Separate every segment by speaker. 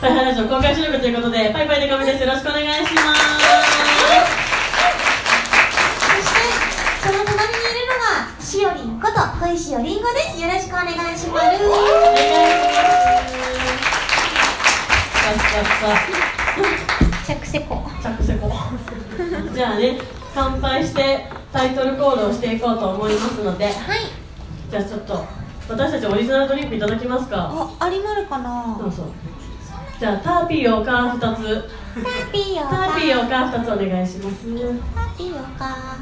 Speaker 1: 原ラジオ公開収録ということで、パイパイでかぶです。よろしくお願いします。
Speaker 2: その隣にいるのがしおりんこと小石よりんごですよろしくお願いし
Speaker 1: お
Speaker 2: ます
Speaker 1: 願いします。さあさあさ
Speaker 2: 着せこ
Speaker 1: あ着席をじゃあね、乾杯してタイトルコールをしていこうと思いますので、
Speaker 2: はい
Speaker 1: じゃあちょっと私たちオリジナルドリンクいただきますか。
Speaker 2: あ、ありまるか
Speaker 1: そ
Speaker 2: な
Speaker 1: うそう。じゃあターピーをか二つ、
Speaker 2: タピオ
Speaker 1: タ
Speaker 2: カ
Speaker 1: ーピーをか二つお願いします。
Speaker 2: タピオカ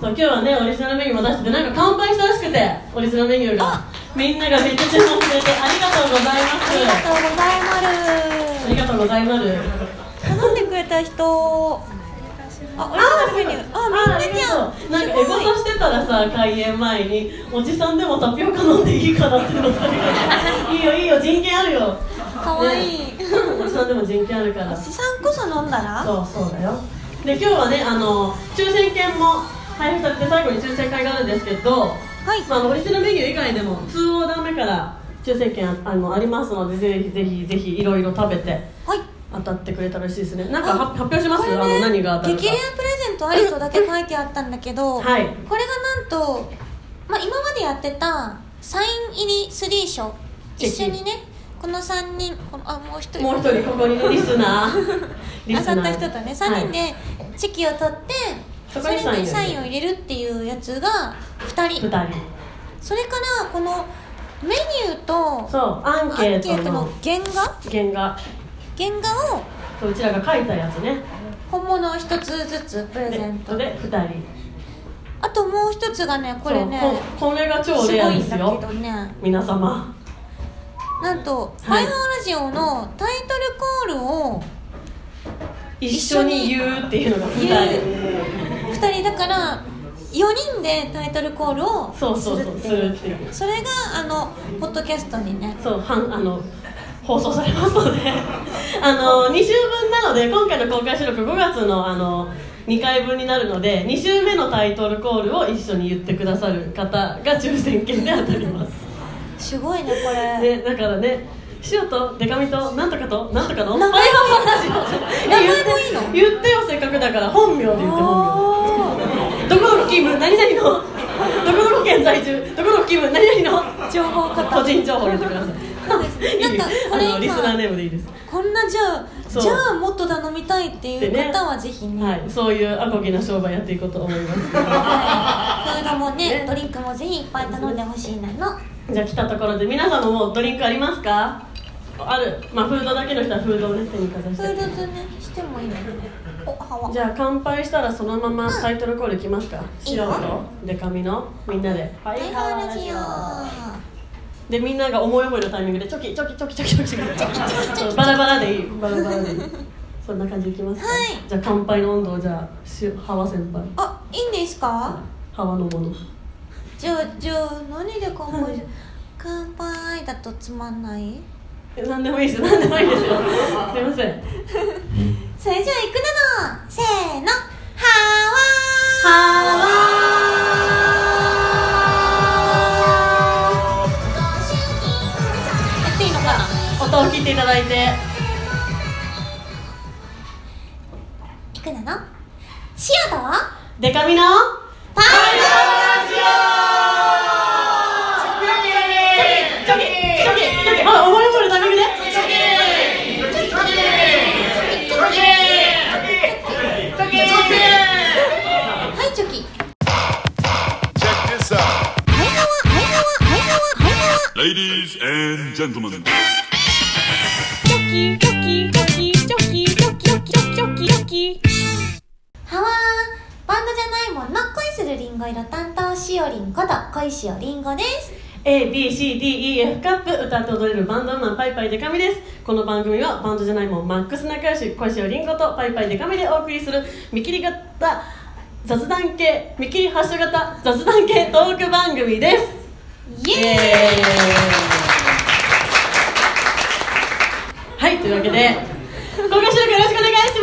Speaker 1: そう今日はねオリジナルメニューも出しててなんか乾杯したらしくてオリジナルメニューが
Speaker 2: あ
Speaker 1: みんながめっちゃ注目しててありがとうございま
Speaker 2: ありが
Speaker 1: すあ
Speaker 2: とうござい
Speaker 1: りがとうございます
Speaker 2: ます頼んでくれた人あ、オリジナルメニューあ、みんなじゃん
Speaker 1: ありがとうなんかエゴサしてたらさ開演前におじさんでもタピオカ飲んでいいかなってのさいいよいいよ人権ある よ
Speaker 2: かわいい
Speaker 1: ねおじさんでも人権あるから
Speaker 2: 資産こそ飲んだら
Speaker 1: そうそうだよで今日はねあの抽選券も配布されて最後に抽選会があるんですけど
Speaker 2: はい
Speaker 1: まあ、オリジナルメニュー以外でも2オーダー目から抽選券ああのありますのでぜひぜひぜひいろいろ食べて
Speaker 2: はい
Speaker 1: 当たってくれたらしいですねなんか
Speaker 2: あ
Speaker 1: は発表します
Speaker 2: これね
Speaker 1: あの何が当たるか
Speaker 2: 激レアプレゼントありとだけ書いてあったんだけど、
Speaker 1: はい
Speaker 2: これがなんと、まあ、今までやってたサイン入りスリーショー
Speaker 1: チェ
Speaker 2: 一
Speaker 1: キ
Speaker 2: 緒にねこの3人このあもう1人
Speaker 1: もう一人ここにねリスナ ーリ
Speaker 2: あ
Speaker 1: スナー
Speaker 2: さった人とね3人でチェキを取って、
Speaker 1: そこ
Speaker 2: そ
Speaker 1: に
Speaker 2: れ
Speaker 1: サインを入れる
Speaker 2: にサインを入れるっていうやつが2人
Speaker 1: 2人
Speaker 2: それからこのメニューと
Speaker 1: そうアン
Speaker 2: アン
Speaker 1: ケ
Speaker 2: ケ
Speaker 1: ート
Speaker 2: ートの
Speaker 1: の
Speaker 2: 原画
Speaker 1: 原画
Speaker 2: 原画を
Speaker 1: そううちらが書いたやつね
Speaker 2: 本物を1つずつプレ
Speaker 1: で
Speaker 2: ゼント
Speaker 1: で2人
Speaker 2: あともう一つがねこれね
Speaker 1: そうここれが
Speaker 2: すご
Speaker 1: 超レア
Speaker 2: い
Speaker 1: で
Speaker 2: ん
Speaker 1: す
Speaker 2: だけ
Speaker 1: よ
Speaker 2: どね
Speaker 1: 皆様
Speaker 2: なんと「フ
Speaker 1: は
Speaker 2: ァ
Speaker 1: い
Speaker 2: イオラジオ」のタイトルコールを
Speaker 1: 一緒に言うっていうのが2人
Speaker 2: 言う2人だから4人でタイトルコールを
Speaker 1: そうそうそう
Speaker 2: す
Speaker 1: す
Speaker 2: る
Speaker 1: る
Speaker 2: っ
Speaker 1: ってて
Speaker 2: い
Speaker 1: いうう
Speaker 2: それがあのポッドキャストにね
Speaker 1: そう、はんあの放送されますのであの2週分なので今回の公開収録5月のあの2回分になるので2週目のタイトルコールを一緒に言ってくださる方が抽選券で当たります
Speaker 2: すごいねこれ
Speaker 1: ね、だからね塩とデカミとなんとかとなんとかの
Speaker 2: 名前も
Speaker 1: 名
Speaker 2: 名前もいいの
Speaker 1: 言って言ってよせっかくだから本名で言って本
Speaker 2: お
Speaker 1: 名
Speaker 2: ー
Speaker 1: どこどこ勤務何々のどこどこ県在住どこどこ勤務何々の
Speaker 2: 情報型
Speaker 1: 個人情報入れてくださ
Speaker 2: そうですね
Speaker 1: いいい
Speaker 2: なんかこれ
Speaker 1: あ
Speaker 2: 今
Speaker 1: のリスナーネームでいいです
Speaker 2: こんなじゃあ
Speaker 1: そう
Speaker 2: じゃあもっと頼みたいっていう方はぜひね
Speaker 1: はい、そういうアコギな商売やっていこうと思い ます
Speaker 2: はいフードもね
Speaker 1: ね
Speaker 2: ドリンクもぜひいっぱい頼んでほしいなの
Speaker 1: じゃあ来たところで皆さんももうドリンクありますかある、まあ、フードだけの人はフードをね手にかざし
Speaker 2: フード
Speaker 1: て
Speaker 2: とねしてもいいのおはわ
Speaker 1: じゃあ乾杯したらそのままタイトルコールいきますか
Speaker 2: いい
Speaker 1: 白
Speaker 2: よ
Speaker 1: とデカミのみんなで「は
Speaker 2: 大
Speaker 1: は
Speaker 2: 変ラジオ
Speaker 1: でみんなが思い思いのタイミングでチョキチョキチョキチョキチョキチョキそうバラバラでいいバラバラでいいそんな感じいきますか、
Speaker 2: はい
Speaker 1: じゃあ乾杯の温度をじゃあしハワ先輩
Speaker 2: あいいんですか
Speaker 1: ハワのもの
Speaker 2: じゃあじゃあ何で乾杯する乾杯だとつまんない
Speaker 1: え何でもいいですよ何でもいいですよすいません
Speaker 2: それじゃあ行くなのせーの
Speaker 1: ハ
Speaker 2: は
Speaker 1: ワ
Speaker 2: ーわーやっていいのかな
Speaker 1: 音を聞いていただいて
Speaker 2: 行くなのシアターは
Speaker 1: デカミの
Speaker 2: パイ
Speaker 1: チョキチョキチョキほら思い思いのタイミングでチョキ
Speaker 2: ドはいチョキ
Speaker 3: Check this out.
Speaker 2: ハイハワハイハワハイハワハイハワ
Speaker 3: Ladies and gentlemen.
Speaker 2: ハワーバンドじゃないもんの恋するリンゴ色担当しおりんこと恋しおりんごです
Speaker 1: ABCDEF カップ歌って踊れるバンドウーマンパイパイデカミですこの番組はバンドじゃないもんマックス仲良し小石をリンゴとパイパイデカミでお送りする見切り型雑談系見切り発射型雑談系トーク番組です
Speaker 2: イエーイ
Speaker 1: はいというわけで公開収録よろしくお願いします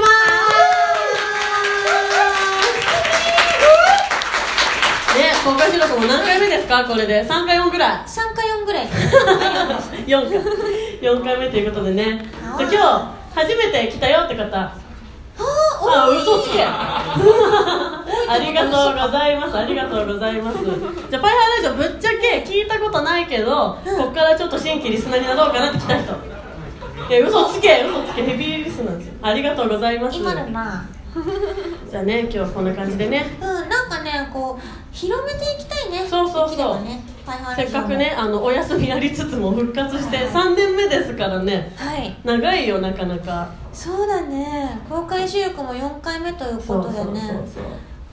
Speaker 1: ね公開収録も何回目ですかこれで3回4ぐらい
Speaker 2: 3か4ぐらいありまし
Speaker 1: 4回4回目ということでね
Speaker 2: はい
Speaker 1: じゃあ今日初めて来たよって方あ
Speaker 2: あー、
Speaker 1: 嘘
Speaker 2: 多
Speaker 1: つけありがとうございますありがとうございますじゃあパイハーラジオぶっちゃけ聞いたことないけどこっからちょっと新規リスナーになろうかなって来た人え嘘つけ嘘つけヘビーリスナーですよありがとうございます
Speaker 2: い。今のな。
Speaker 1: じゃあね今日はこんな感じでね
Speaker 2: うん、なんかね、こう、広めていきたいね。
Speaker 1: そうそうそう
Speaker 2: できればね、大半
Speaker 1: せっかくね。あのお休みやりつつも復活して3年目ですからね
Speaker 2: はい。
Speaker 1: 長いよなかなか
Speaker 2: そうだね。公開収録も4回目という
Speaker 1: そ
Speaker 2: こ
Speaker 1: うそ
Speaker 2: と
Speaker 1: うそ
Speaker 2: で
Speaker 1: う
Speaker 2: ね。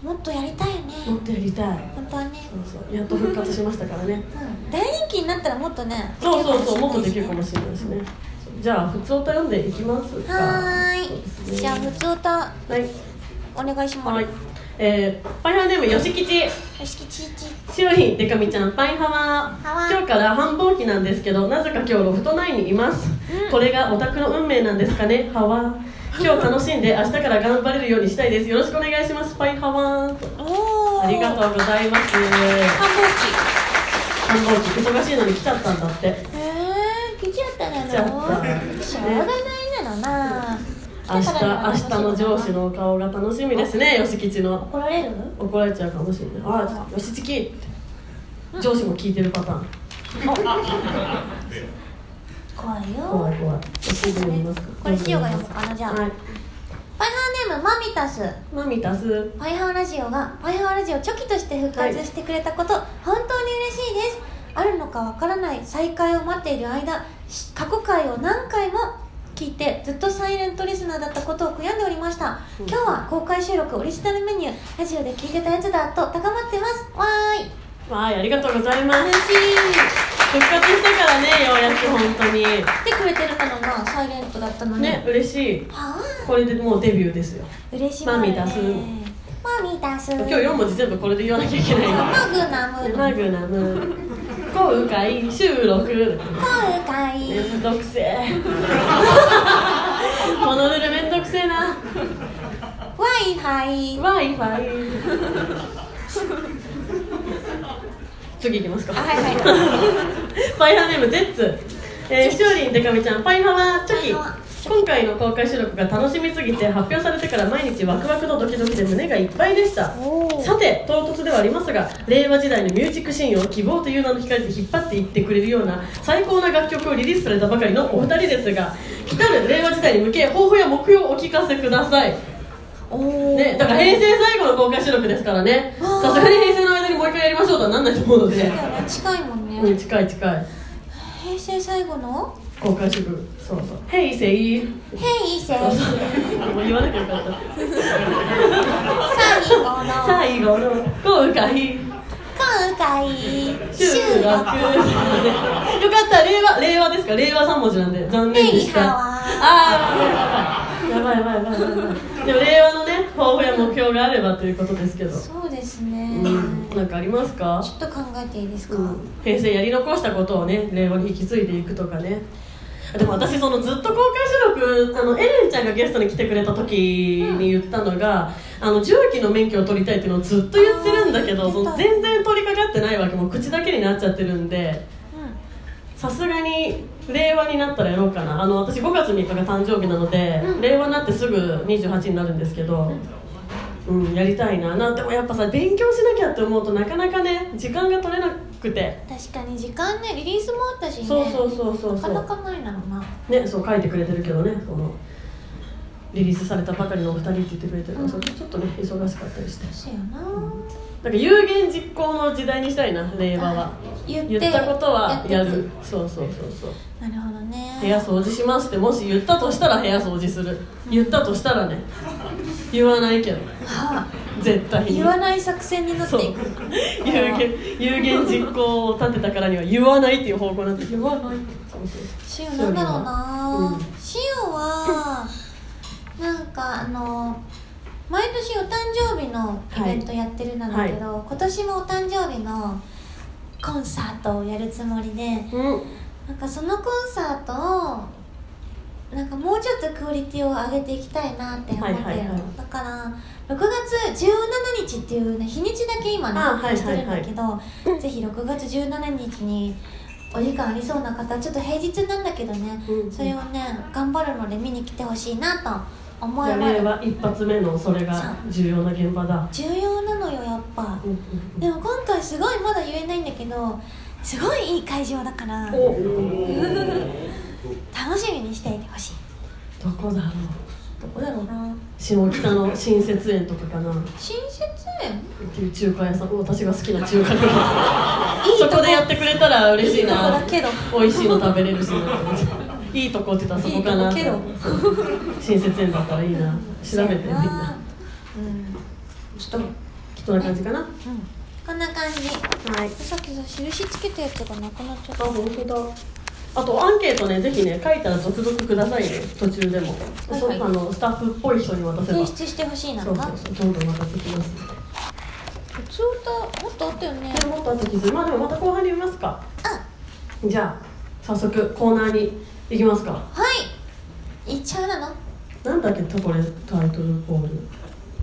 Speaker 2: もっとやりたいよね。
Speaker 1: そうもっとやりたい
Speaker 2: 本当はね。
Speaker 1: そうそうやっと復活しましたからね
Speaker 2: うん。大人気になったらもっとね。
Speaker 1: そうそうそう、もっとで
Speaker 2: でき
Speaker 1: き
Speaker 2: る
Speaker 1: る
Speaker 2: か
Speaker 1: か
Speaker 2: も
Speaker 1: も
Speaker 2: し
Speaker 1: しれないしね。じゃあ、普通歌読んでいきます
Speaker 2: れ
Speaker 1: か。
Speaker 2: ない。は
Speaker 1: そう
Speaker 2: ー
Speaker 1: で
Speaker 2: い。
Speaker 1: す
Speaker 2: じゃあ、
Speaker 1: ね
Speaker 2: 普通歌、
Speaker 1: はい、
Speaker 2: お願いします。
Speaker 1: はい、えー、パイハーネームよしきち。
Speaker 2: よしきちいち。
Speaker 1: しおりん、でかみちゃん、パイハ
Speaker 2: ハワ
Speaker 1: ワ
Speaker 2: ー
Speaker 1: ー。今日から繁忙期なんですけど、なぜか今日ロフト内にいます。これがオタクの運命なんですかね、ハワー。今日楽しんで、明日から頑張れるようにしたいです。よろしくお願いします、パイハワー。
Speaker 2: おー。
Speaker 1: ありが
Speaker 2: う。
Speaker 1: とうございます。
Speaker 2: 繁
Speaker 1: 繁忙期、忙しいのに来ちゃったんだって。
Speaker 2: 忙期。へー、来ちゃった
Speaker 1: 来ちゃっ
Speaker 2: なの。
Speaker 1: た
Speaker 2: しょうがないなのな。
Speaker 1: 明日、明日の上司のお顔が楽しみですね、よしきちの。
Speaker 2: 怒られる
Speaker 1: 怒られちゃうかもしれないああよしつきって上司も聞いてるパターン
Speaker 2: 怖い
Speaker 1: 怖
Speaker 2: よ
Speaker 1: い怖い教えてもらいますか
Speaker 2: これしおが読むかなじゃあ
Speaker 1: はい
Speaker 2: パイハーネームマミタス
Speaker 1: マミタス
Speaker 2: パイハーラジオがパイハーラジオチョキとして復活してくれたこと、本当に嬉しいですあるのかわからない再会を待っている間し過去回を何回も聞いてずっとサイレントリスナーだったことを悔やんでおりました、
Speaker 1: うん
Speaker 2: 今日は公開収録オリジナルメニューラジオで聞いてたやつだと高まってますわーい
Speaker 1: わーいありがとうございます
Speaker 2: 嬉しい
Speaker 1: 復活してからねようやく本当に
Speaker 2: 来てくれてるかのがサイレントだったのに
Speaker 1: ね嬉しい
Speaker 2: はあ
Speaker 1: これでもうデビューですよ
Speaker 2: 嬉しいわね
Speaker 1: マミタス
Speaker 2: マミタス
Speaker 1: 今日4文字全部これで言わなきゃいけないか
Speaker 2: マグナム
Speaker 1: ら
Speaker 2: の
Speaker 1: マグナ ム今回収録
Speaker 2: 今回
Speaker 1: めんどくせえこのルールめんどくせえな
Speaker 2: Wi-Fi
Speaker 1: Wi-Fi 次いきますか
Speaker 2: はいはい
Speaker 1: パイハーネームゼッツえー、しおりんでかみちゃんパイハワーチョ
Speaker 2: パイハワ
Speaker 1: キ今回の公開収録が楽しみすぎて発表されてから毎日ワクワクとドキドキで胸がいっぱいでした
Speaker 2: おー
Speaker 1: さて唐突ではありますが令和時代のミュージックシーンを希望という名の光で引っ張っていってくれるような最高な楽曲をリリースされたばかりのお二人ですが来たる令和時代に向け抱負や目標をお聞かせください
Speaker 2: お
Speaker 1: ね、だから平成最後の公開収録ですからね
Speaker 2: あー
Speaker 1: さすがに平成の間にもう一回やりましょうとはなんないと思うので、
Speaker 2: ね近いもんね、
Speaker 1: うん、近い近い
Speaker 2: 平成最後の
Speaker 1: 公開収録そうそう「平成」
Speaker 2: 平
Speaker 1: そ
Speaker 2: 成
Speaker 1: うそう もう言わなきゃよかった
Speaker 2: 最後の今
Speaker 1: 最後の公開
Speaker 2: 回
Speaker 1: 収録よかった令和令和ですか令和3文字なんで残念でし
Speaker 2: 令
Speaker 1: た
Speaker 2: 和
Speaker 1: ああやばいやばいやばいやばいやばいでも令和のね抱負や目標があればということですけど
Speaker 2: そうですね、
Speaker 1: なんかありますか
Speaker 2: ちょっと考えていいですか、
Speaker 1: 平成やり残したことをね令和に引き継いでいくとかねでも私そのずっと公開収録あのエレンちゃんがゲストに来てくれた時に言ったのが、あの重機の免許を取りたいっていうのをずっと言ってるんだけ
Speaker 2: あ
Speaker 1: ど
Speaker 2: ー
Speaker 1: その全然取りかかってないわけもう口だけになっちゃってるんでさすがに令和になったらやろうかなあの私5月3日が誕生日なので、
Speaker 2: うん
Speaker 1: 令和になってすぐ28になるんですけど、うん、やりたいななんでもやっぱさ勉強しなきゃって思うとなかなかね時間が取れなくて。
Speaker 2: うん、確かに時間ねリリースもあったしね
Speaker 1: そうそうそうそうそ
Speaker 2: なか
Speaker 1: う
Speaker 2: なかないなのな
Speaker 1: ねそう書いてくれてるけどねそのリリースされたばかりのお二人って言ってくれてるから、
Speaker 2: うん
Speaker 1: それちょっとね忙しかったりして
Speaker 2: そうやな、
Speaker 1: なんか有言実行の時代にしたいな令和は
Speaker 2: 言って
Speaker 1: 言ったことはや
Speaker 2: って
Speaker 1: るそうそうそうそう
Speaker 2: なるほどね
Speaker 1: 部屋掃除しますってもし言ったとしたら部屋掃除する言ったとしたらね言わないけど
Speaker 2: は
Speaker 1: 絶対
Speaker 2: あ
Speaker 1: に
Speaker 2: 言わない作戦になって
Speaker 1: そう
Speaker 2: いく
Speaker 1: 有言有言実行を立てたからには言わないっていう方向なんで言わないそうそう
Speaker 2: シオなんだろうな
Speaker 1: うん
Speaker 2: シオはなんかあの毎年お誕生日のイベントやってるなんだけど、今年もお誕生日のコンサートをやるつもりで
Speaker 1: そううん
Speaker 2: なんかそのコンサートをなんかもうちょっとクオリティを上げていきたいなって思ってるの、
Speaker 1: はいはいはい
Speaker 2: だから6月17日っていうね日にちだけ今ね
Speaker 1: あはい
Speaker 2: 発表してるんだけど、ぜひ6月17日にお時間ありそうな方ちょっと平日なんだけどね、
Speaker 1: うん
Speaker 2: それをね頑張るので見に来てほしいなと思い
Speaker 1: や
Speaker 2: ます
Speaker 1: れば一発目のそれが重要な現場だ
Speaker 2: 重要なのよやっぱ
Speaker 1: うんうんうん
Speaker 2: でも今回すごいまだ言えないんだけどすごいいい会場だから
Speaker 1: お
Speaker 2: 楽しみにしていてほしい
Speaker 1: どこだろう
Speaker 2: どこだろうな
Speaker 1: 下北の新設園とかかなっ
Speaker 2: 新設園
Speaker 1: ていう中華屋さん私が好きな中華屋
Speaker 2: いい
Speaker 1: さ
Speaker 2: と
Speaker 1: ん
Speaker 2: こ
Speaker 1: そこでやってくれたら嬉しい
Speaker 2: いいとこ
Speaker 1: な
Speaker 2: だけど
Speaker 1: 美味しいの食べれるしなっていいとこって言ったらそこかない
Speaker 2: いとこ
Speaker 1: 新設園だったらいいな調べてみんな
Speaker 2: うんちょっと
Speaker 1: そんな感じかな
Speaker 2: うんこんな感じ
Speaker 1: はい
Speaker 2: さっきさ印つけたやつがなくなっちゃっ
Speaker 1: あ
Speaker 2: た
Speaker 1: 本当だあとアンケートねぜひね書いたら続々くださいね途中でも、
Speaker 2: はい
Speaker 1: そうあのスタッフっぽい人に渡せば
Speaker 2: 提出してほしいな
Speaker 1: そうそうそうどんどん渡ってきます
Speaker 2: 普通歌もっとあったよね
Speaker 1: でもっと後気づいまあでもまた後半に見ますか
Speaker 2: あ
Speaker 1: じゃあ早速コーナーに行きますか
Speaker 2: はいいっちゃうなの
Speaker 1: なんだっけこれタイトルコール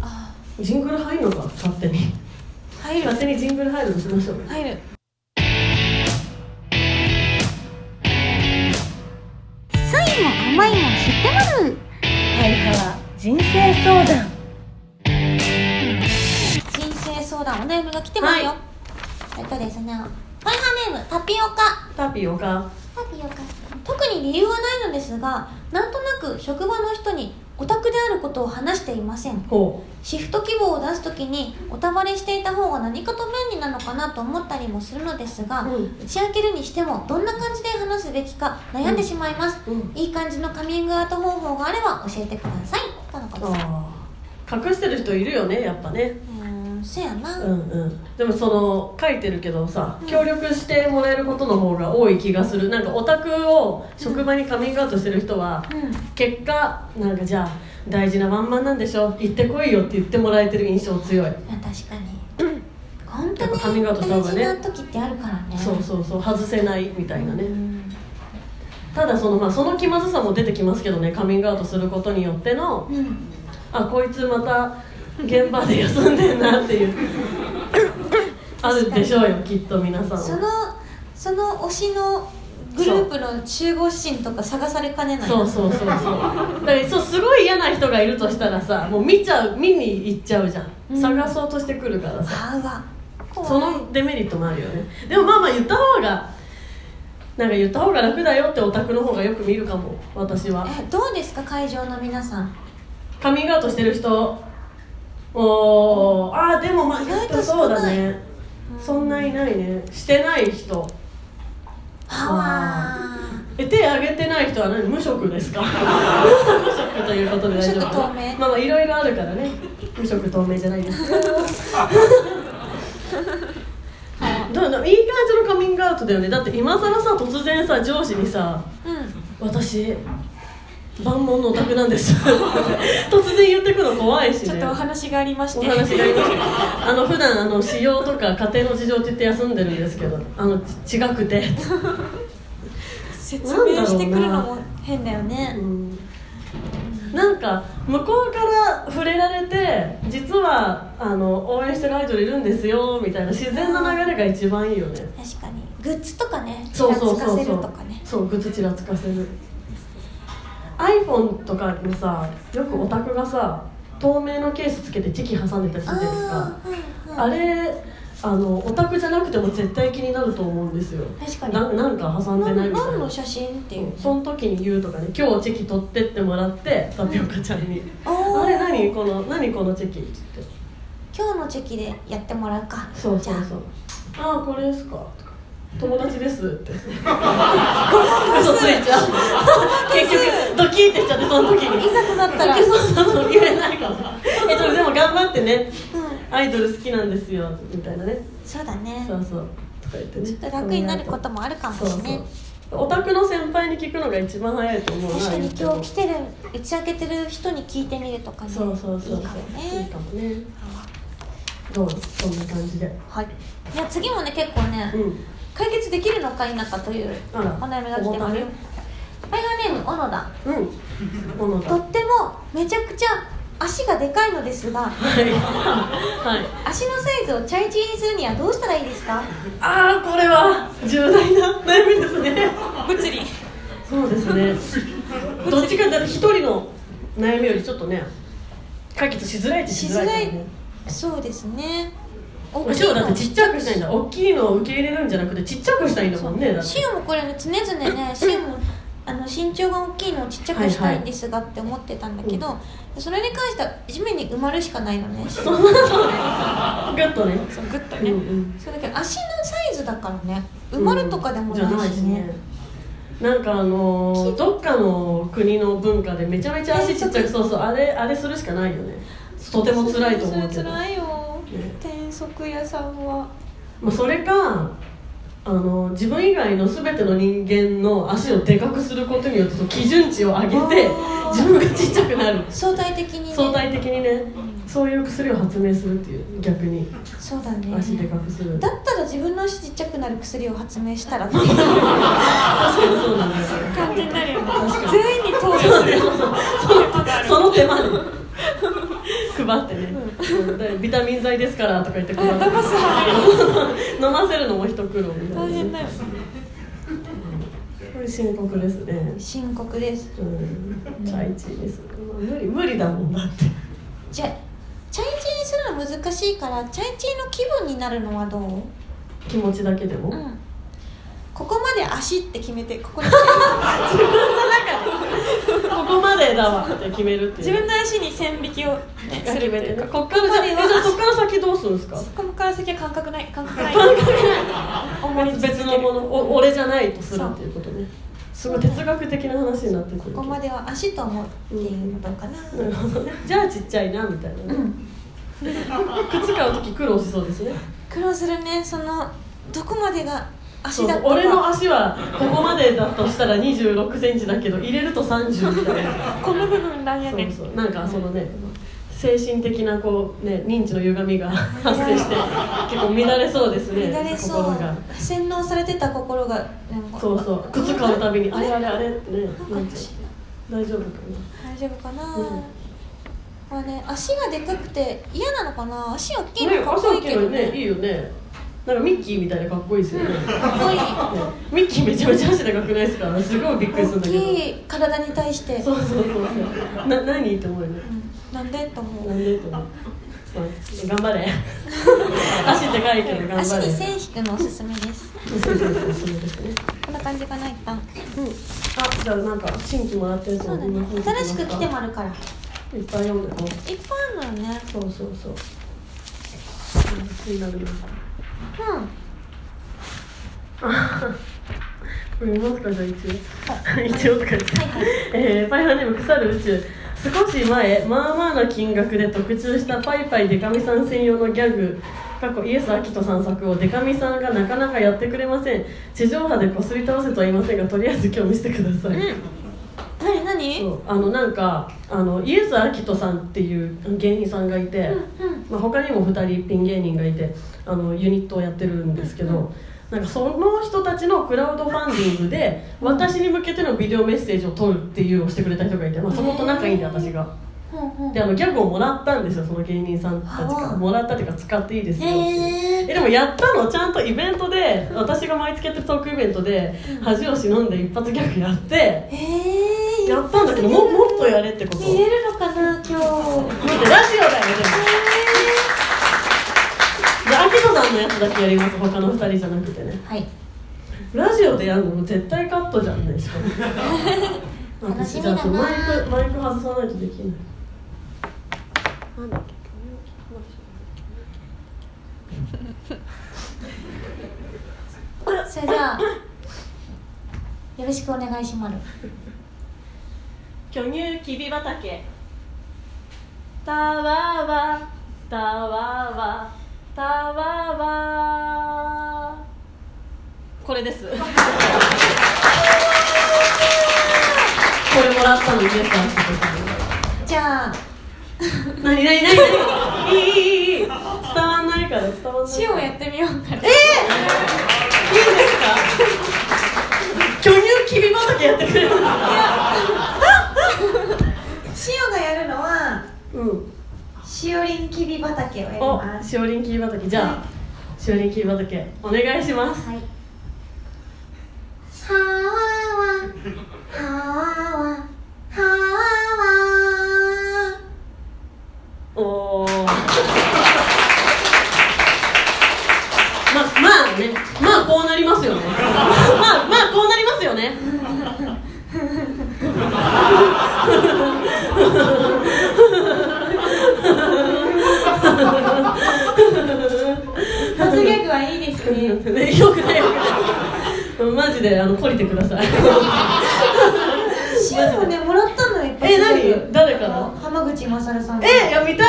Speaker 2: あ
Speaker 1: ジングル入るのか勝手に
Speaker 2: 入る
Speaker 1: 勝手にジングル入るのしましょう
Speaker 2: 入る酸いも甘いも知ってます
Speaker 4: タイは人生相談
Speaker 2: 人生相談お悩みが来てますよ、
Speaker 1: は
Speaker 2: えっとですねパイハーネームタピオカ
Speaker 1: タピオカ
Speaker 2: タピオカ特に理由はないのですがなんとなく職場の人にオタクであることを話していません
Speaker 1: ほ
Speaker 2: シフト希望を出す時におたまれしていた方が何かと便利なのかなと思ったりもするのですが、
Speaker 1: うん
Speaker 2: 打ち明けるにしてもどんな感じで話すべきか悩んでしまいます、
Speaker 1: う、うん、
Speaker 2: いい感じのカミングアウト方法があれば教えてくださいとのことです
Speaker 1: あー隠してる人いるよねやっぱね
Speaker 2: うーんせやな、
Speaker 1: うんうん、でもその書いてるけどさ、協力してもらえることの方が多い気がするなんかオタクを職場にカミングアウトしてる人は、
Speaker 2: うん
Speaker 1: 結果なんかじゃあ大事なワンマンなんでしょ行ってこいよって言ってもらえてる印象強い、
Speaker 2: いや確かに、本当
Speaker 1: やっぱカミン
Speaker 2: に
Speaker 1: グアウトした方
Speaker 2: 大
Speaker 1: が
Speaker 2: 事
Speaker 1: ね
Speaker 2: な時ってあるからね
Speaker 1: そうそうそう外せないみたいなね、
Speaker 2: うん
Speaker 1: ただその,、まあ、その気まずさも出てきますけどねカミングアウトすることによっての
Speaker 2: うん
Speaker 1: あこいつまた現場で休んでんなって いうあるでしょうよきっと皆さんは
Speaker 2: そのその推しのグループの集合写真とか探されかねない
Speaker 1: そうそうそうそうだからそうすごい嫌な人がいるとしたらさもう見ちゃう見に行っちゃうじゃん、
Speaker 2: うん
Speaker 1: 探そうとしてくるからさ
Speaker 2: あうわ
Speaker 1: そのデメリットもあるよねでもまあまあ言った方がなんか言った方が楽だよってオタクの方がよく見るかも私は
Speaker 2: えどうですか会場の皆さん
Speaker 1: カミングアウトしてる人おーあーでもまあ
Speaker 2: 意外と
Speaker 1: やっぱそうだ
Speaker 2: 少
Speaker 1: ねそんないないねしてない人
Speaker 2: あわ
Speaker 1: え手挙げてない人は何無職です か無職ということで大丈夫
Speaker 2: 無職透明
Speaker 1: まあまあいろいろあるからね無職透明じゃない ですかどうどういい感じのカミングアウトだよねだって今更さ突然さ上司にさ
Speaker 2: ーう
Speaker 1: 「
Speaker 2: ん
Speaker 1: 私万能のお宅なん です」突然言ってくの怖いし、ね、
Speaker 2: ちょっとお話がありまして
Speaker 1: お話がありますあの普段あの使用とか家庭の事情って言って休んでるんですけどあのち違くて
Speaker 2: 説明してくるのも変だよね
Speaker 1: なんか向こうから触れられて実はあの応援してるアイドルいるんですよみたいな自然な流れが一番いいよね
Speaker 2: 確かにグッズとかねち
Speaker 1: そ
Speaker 2: ら
Speaker 1: うそう
Speaker 2: つ
Speaker 1: そ
Speaker 2: か
Speaker 1: う
Speaker 2: せ
Speaker 1: そ
Speaker 2: る
Speaker 1: う
Speaker 2: とかね
Speaker 1: そうグッズちらつかせる iPhone とかにさよくオタクがさ透明のケースつけてチキ挟んでたりす
Speaker 2: あ
Speaker 1: るじゃないですか
Speaker 2: ーうんうん
Speaker 1: あれあのオタクじゃなくても絶対気になると思うんですよ
Speaker 2: 確かに
Speaker 1: ななんか挟んで
Speaker 2: な
Speaker 1: ない
Speaker 2: ん
Speaker 1: みたいな
Speaker 2: 何の写真っていう
Speaker 1: その時に言うとかね今日チェキ取ってってもらってタピオカちゃんに「
Speaker 2: おー
Speaker 1: あれ何この何このチェキ」って言って
Speaker 2: 今日のチェキでやってもらうか
Speaker 1: そうそう
Speaker 2: じ
Speaker 1: そ
Speaker 2: ゃ
Speaker 1: う「ああこれですか」とか「友達です」って嘘ついちゃう結局ドキッてしちゃってその時
Speaker 2: あい
Speaker 1: に
Speaker 2: ざとなったら
Speaker 1: そうそうそう言えないかもえでもでも頑張ってね
Speaker 2: うん
Speaker 1: アイドル好きなんですよみたいなね
Speaker 2: そうだね
Speaker 1: そうそうとか言ってね
Speaker 2: ちょっと楽になることもあるかも
Speaker 1: そう
Speaker 2: し
Speaker 1: そう
Speaker 2: れない
Speaker 1: オタクの先輩に聞くのが一番早いと思うな
Speaker 2: 確か
Speaker 1: 言
Speaker 2: に
Speaker 1: っ
Speaker 2: 今
Speaker 1: て
Speaker 2: 日
Speaker 1: も
Speaker 2: 来てる打ち明けてる人に聞いてみるとかね
Speaker 1: そうそうそうそう
Speaker 2: いいかも
Speaker 1: いい
Speaker 2: ね
Speaker 1: かもねどうそんな感じで
Speaker 2: はいいや次もね結構ね、
Speaker 1: うん
Speaker 2: 解決できるのか否かというお
Speaker 1: あら
Speaker 2: 悩みが来てますよ
Speaker 1: 重
Speaker 2: パイハーネーム小野田
Speaker 1: うんもの
Speaker 2: と
Speaker 1: だ
Speaker 2: ってもめちゃくちゃ足がでかいのですが
Speaker 1: はいはい
Speaker 2: 足のサイズをチャイチにするにはどうしたらいいですか
Speaker 1: ああこれは重大な悩みですね
Speaker 2: 物理
Speaker 1: そうですねどっちかだと一人の悩みよりちょっとね解決しづらいってしづらいからね
Speaker 2: そうですね
Speaker 1: お塩だってちっちゃくしたいんだ大きいのを受け入れるんじゃなくてちっちゃくしたいんだもんねだって
Speaker 2: シオもこれね常々 ねシオもあの身長が大きいのをちっちゃくしたいんですがって思ってたんだけど、それに関しては地面に埋まるしかないのねそう
Speaker 1: グッとね
Speaker 2: グッと
Speaker 1: うん
Speaker 2: ね、
Speaker 1: うん
Speaker 2: そうだけど足のサイズだからね埋まるとかでもないしね,、
Speaker 1: なんかあのーどっかの国の文化でめちゃめちゃ足ちっちゃくそうそうあれあれするしかないよねとても辛いと思うけ
Speaker 2: そ
Speaker 1: ど
Speaker 2: れ辛いよ
Speaker 1: ね
Speaker 2: 転職屋さんは
Speaker 1: まあ、それかあの自分以外の全ての人間の足をでかくすることによってその基準値を上げて
Speaker 2: あー
Speaker 1: 自分がちっちゃくなる
Speaker 2: 相対的にね
Speaker 1: 相対的にねそういう薬を発明するっていう逆に
Speaker 2: そうだね
Speaker 1: 足でかくする
Speaker 2: だったら自分の足ちっちゃくなる薬を発明した ら
Speaker 1: 確かにそうなんですよ
Speaker 2: 感じになるよね全員に投与する
Speaker 1: その手間で配ってね、うんでビタミン剤ですからとか言って配って
Speaker 2: 騙す
Speaker 1: 飲ませるのも一苦労みた
Speaker 2: 大
Speaker 1: い
Speaker 2: 変
Speaker 1: な
Speaker 2: だよ
Speaker 1: これ深刻ですね
Speaker 2: 深刻です
Speaker 1: うんチャイチーです無理無理だもんだって
Speaker 2: じゃチャイチにするの難しいからチャイチの気分になるのはどう、う
Speaker 1: 気持ちだけでも、
Speaker 2: ん、ここまで足って決めてここ に自
Speaker 1: ここまでだわって決めるっていう
Speaker 2: 分の足に線引きを、ね、す
Speaker 1: 決
Speaker 2: るって
Speaker 1: め
Speaker 2: い
Speaker 1: て
Speaker 2: う
Speaker 1: ね
Speaker 2: か
Speaker 1: こっからじゃあえじゃあそっから先どうするんですか
Speaker 2: そこから先は感覚ない感覚ない 思い続ける
Speaker 1: 別のものお俺じゃないとするっていうことねすごい哲学的な話になってくるけど
Speaker 2: ここまでは足と思うっていうことかな、
Speaker 1: なるほどね じゃあちっちゃいなみたいなね、
Speaker 2: うん
Speaker 1: 靴買う時苦労しそうですね
Speaker 2: 苦労するねそのどこまでが足だ
Speaker 1: そ
Speaker 2: っ
Speaker 1: う
Speaker 2: たか
Speaker 1: 俺の足はここまでだとしたら2 6センチだけど入れると30みたいな
Speaker 2: この部分なんや
Speaker 1: そ
Speaker 2: ね
Speaker 1: うんそうなんかそのね精神的なこう、ね、認知の歪みが発生して結構乱れそうですね
Speaker 2: 乱れそう
Speaker 1: 心が
Speaker 2: 洗脳されてた心がなんか
Speaker 1: そうそう靴買うたびにあれあれあれってねな
Speaker 2: な
Speaker 1: んん
Speaker 2: か
Speaker 1: か
Speaker 2: 私
Speaker 1: 大丈夫か
Speaker 2: 大丈夫かな、
Speaker 1: うん
Speaker 2: まあね足がでかくて嫌なのかな足大きい
Speaker 1: なね
Speaker 2: のかっこいい
Speaker 1: 朝起
Speaker 2: け
Speaker 1: きるの
Speaker 2: どね
Speaker 1: ねいいよねなんかミッキーみたいでかっこいいですよね、
Speaker 2: かっこいい
Speaker 1: ミッキーめちゃめちゃ足でかくないですかすごいびっくりする
Speaker 2: 大
Speaker 1: んだけど
Speaker 2: きい体に対して
Speaker 1: そうそうそうそうな何って思うよね
Speaker 2: うんなんでと思
Speaker 1: な
Speaker 2: うん
Speaker 1: でって思うそう頑張 れ足でかいけど頑張れ
Speaker 2: 足に線引くのおすすめです
Speaker 1: そうそうそうそうですね
Speaker 2: こんな感じかな一旦
Speaker 1: うん、あじゃあなんか新規もらったやつ
Speaker 2: そうだ
Speaker 1: みん
Speaker 2: ね
Speaker 1: な本当に
Speaker 2: 新しく来てもあるからいっ
Speaker 1: いっぱい読んでね
Speaker 2: ぱいあるのよね
Speaker 1: そうそうそううん気になるな
Speaker 2: うん
Speaker 1: うん見ますかじゃあ一応 一応とか言って
Speaker 2: はい
Speaker 1: えーパイハーネーム腐る宇宙少し前まあまあな金額で特注したパイパイデカミさん専用のギャグ過去イエス・アキトさん作をデカミさんがなかなかやってくれません地上波でこすり倒せとは言いませんがとりあえず今日見せてください、
Speaker 2: 何何
Speaker 1: そうあのなんかあのイエス・アキトさんっていう芸人さんがいて、まあ、他にも2人ピン芸人がいてあのユニットをやってるんですけど、なんかその人たちのクラウドファンディングで私に向けてのビデオメッセージを撮るっていうのをしてくれた人がいて、まあ、そこと仲いいんで私が
Speaker 2: ほんほん
Speaker 1: であのギャグをもらったんですよその芸人さんたちか
Speaker 2: あ
Speaker 1: らもらったっていうか使っていいですよって
Speaker 2: へー
Speaker 1: えでもやったのちゃんとイベントで私が毎月やってるトークイベントで恥を忍んで一発ギャグやって
Speaker 2: えー
Speaker 1: やったんだけどももっとやれってこと
Speaker 2: 見れるのかな今
Speaker 1: 待っ
Speaker 2: 日
Speaker 1: てラジオだよでもでアキトさんのやつだけやります他の二人じゃなくてね
Speaker 2: はい
Speaker 1: ラジオでやるのも絶対カットじゃんねし かも
Speaker 2: 楽しみ
Speaker 1: 私じゃ
Speaker 2: だ
Speaker 1: あ
Speaker 2: な
Speaker 1: ちょっとマイクマイク外さないとできない
Speaker 2: それじゃあよろしくお願いします
Speaker 1: 巨乳きび畑たわわたわわたわわこれですこれもらったのイエスアキトさん
Speaker 2: じゃあ
Speaker 1: なになになになにいいいいいい伝わんないから伝わんない
Speaker 2: 塩をやってみようかな
Speaker 1: えいいんですか巨乳きび畑やってくれるんですか
Speaker 2: 塩がやるのは
Speaker 1: うん
Speaker 5: 畑をやり
Speaker 1: お
Speaker 5: ます
Speaker 1: しおりん切り畑じゃあ、しおりん切り畑お願いします
Speaker 5: はい
Speaker 2: はわわはわわはわわ
Speaker 1: おおままあねまあこうなりますよねまあまあこうなりますよね
Speaker 5: 初ギャグはいいですね
Speaker 1: ねよくないよくないマジであの懲りてください
Speaker 2: シューもねもらったのいっぱい
Speaker 1: え何誰から
Speaker 2: 浜口勝さ ん
Speaker 1: えいや見たい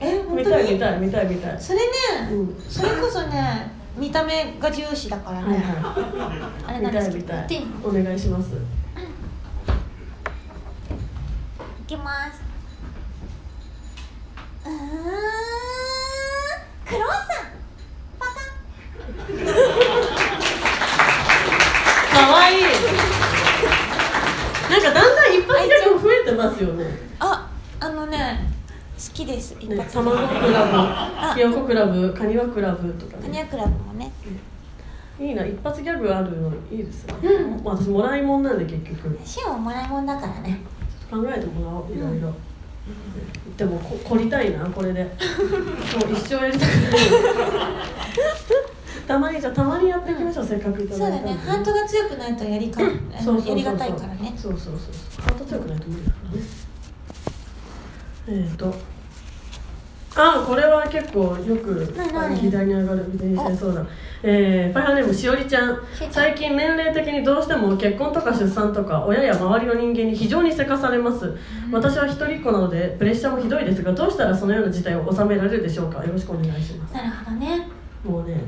Speaker 2: え本
Speaker 1: 見
Speaker 2: 当
Speaker 1: たい見
Speaker 2: に
Speaker 1: たい見たい見たい
Speaker 2: それね、
Speaker 1: うん
Speaker 2: それこそね見た目が重視だから
Speaker 1: はい
Speaker 2: ね、
Speaker 1: は
Speaker 2: あれ
Speaker 1: い見
Speaker 2: なんで
Speaker 1: た
Speaker 2: す
Speaker 1: い見
Speaker 2: けど
Speaker 1: た
Speaker 2: 行ってい
Speaker 1: いお願いします
Speaker 2: きますうーんクロワッサンパカン
Speaker 1: かわいいなんかだんだん一発ギャグ増えてますよね
Speaker 2: ああのね好きです一
Speaker 1: ね
Speaker 2: 発
Speaker 1: 卵クラブひよこクラブカニワクラブとか
Speaker 2: カニ
Speaker 1: ね
Speaker 2: アクラブもね
Speaker 1: いいな一発ギャグあるのいいですね、うん、私もらいもんなんで結局
Speaker 2: シューももらいもんだからね
Speaker 1: 考えてもらおういろいろ、でもこ凝りたいなこ れでもう一生やりたくない たまにじゃあたまにやっていきましょう、せっかくいた
Speaker 2: そ
Speaker 1: だ
Speaker 2: うだ
Speaker 1: いたんで
Speaker 2: ねハートが強くないとやりか、あ
Speaker 1: そう
Speaker 2: の
Speaker 1: そうそうそう
Speaker 2: やりがたいからね
Speaker 1: そうそうそうハート強くないと無理だからねえっ、ー、とあこれは結構よく
Speaker 2: 何何
Speaker 1: あの左に上がる全然そうだえー、パイハーネームしおりちゃん
Speaker 2: しおりちゃん
Speaker 1: 最近年齢的にどうしても結婚とか出産とか親や周りの人間に非常にせかされます、私は一人っ子なのでプレッシャーもひどいですがどうしたらそのような事態を収められるでしょうかよろしくお願いします
Speaker 2: なるほどね
Speaker 1: もうね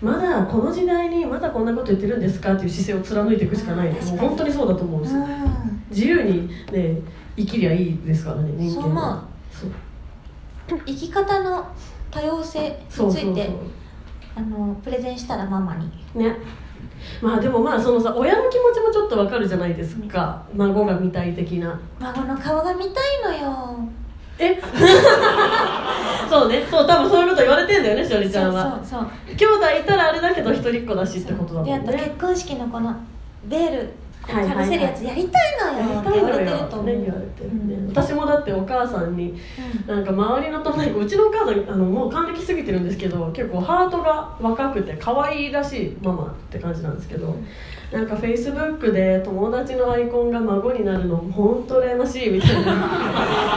Speaker 1: まだこの時代にまだこんなこと言ってるんですかっていう姿勢を貫いていくしかないねもう本当にそうだと思うんですよ
Speaker 2: うん
Speaker 1: 自由にね生きりゃいいですからね人
Speaker 2: そ
Speaker 1: 間
Speaker 2: う思
Speaker 1: はそう
Speaker 2: 生き方の多様性につ
Speaker 1: そうそうそ
Speaker 2: いうてあのプレゼンしたらママに
Speaker 1: ねまあでもまあそのさ親の気持ちもちょっとわかるじゃないですか孫が見たい的な
Speaker 2: 孫の顔が見たいのよ
Speaker 1: え そうねそう多分そういうこと言われてんだよねしおりちゃんは
Speaker 2: そうそう
Speaker 1: 兄弟いたらあれだけど一人っ子だしってことだもん
Speaker 2: で
Speaker 1: ね
Speaker 2: あと結婚式のこのベールこ
Speaker 1: はいうはい
Speaker 2: か
Speaker 1: はい
Speaker 2: ぶせるやつやりたいのよって言われてると思う、
Speaker 1: ね言われてるね、
Speaker 2: うん
Speaker 1: 私もだってお母さんになんか周りの友達うちのお母さんあのもう還暦すぎてるんですけど結構ハートが若くて可愛いらしいママって感じなんですけどなんかフェイスブックで友達のアイコンが孫になるの本当羨ましいみたいな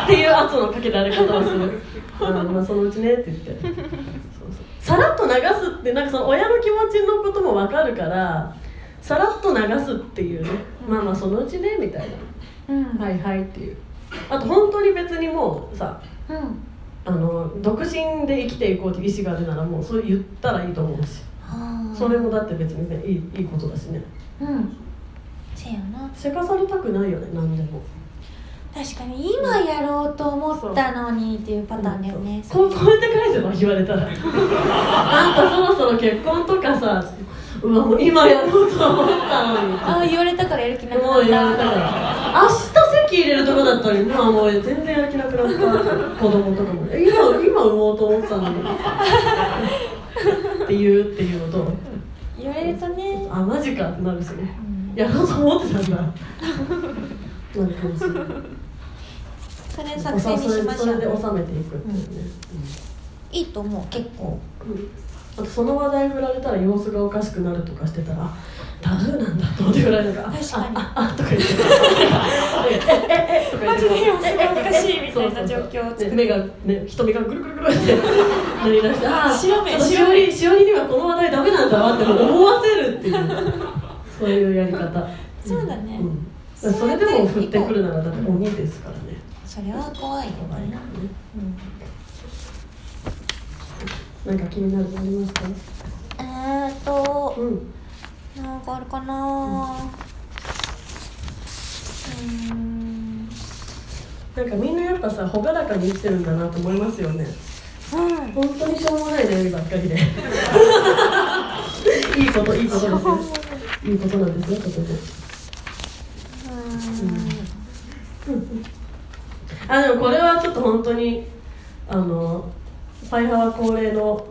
Speaker 1: っていう圧のかけられ方をするあの、まあ、そのうちねって言ってそうそうさらっと流すってなんかその親の気持ちのことも分かるからさらっと流すっていうねまあまあそのうちねみたいな。
Speaker 2: うん
Speaker 1: はいはいっていうあと本当に別にもうさ
Speaker 2: うん
Speaker 1: あの独身で生きていこうっていう意思があるならもうそれ言ったらいいと思うし、
Speaker 2: あー
Speaker 1: それもだって別にねいいいいことだしね
Speaker 2: うんせやな
Speaker 1: せかされたくないよね何でも
Speaker 2: 確かに今やろうと思ったのにっていうパターンだよね、
Speaker 1: こうこうやって返せば言われたらあんたそろそろ結婚とかさうわもう今やろうと思ったのに
Speaker 2: ああ言われたからやる気なく
Speaker 1: もうや
Speaker 2: な
Speaker 1: め
Speaker 2: ったた
Speaker 1: から明日席入れるとこだったのにまあもう全然やる気なくなった子供とかもね今今産もうと思ったのにっていうっていうのと
Speaker 2: 言われるとね
Speaker 1: あマジかってなるしね、やろうと思ってたん だなるかもしれない
Speaker 2: それ作戦にしまし
Speaker 1: そ
Speaker 2: ょ
Speaker 1: れで
Speaker 2: う
Speaker 1: 収めていくっていうね、
Speaker 2: いいと思う結構
Speaker 1: うんあとその話題振られたら様子がおかしくなるとかしてたらあタブーなんだと思って振られるから
Speaker 2: 確かに
Speaker 1: あああとか言ってええええとか言って
Speaker 5: おかしいみたいな状況を作
Speaker 1: で
Speaker 5: る
Speaker 1: 目がね瞳がぐるぐるぐるってなりだしてああ
Speaker 5: 白目
Speaker 1: ちょっとしお
Speaker 5: 白
Speaker 1: りしおりにはこの話題ダメなんだわって思わせるっていうそういうやり方
Speaker 2: そうだね
Speaker 1: うんだからそれでも振ってくるならだって鬼ですからね
Speaker 2: それは怖いよ
Speaker 1: 怖いからね、なんか気になるのありますか
Speaker 2: えーっと
Speaker 1: うん
Speaker 2: なんかあるかなうーん
Speaker 1: なんかみんなやっぱさ朗らかに生きてるんだなと思いますよね
Speaker 2: うん
Speaker 1: 本当にしょうもない悩みばっか りでいいこといいことですよいいことなんですよとてもあでもこれはちょっと本当にあのパイハワ恒例のお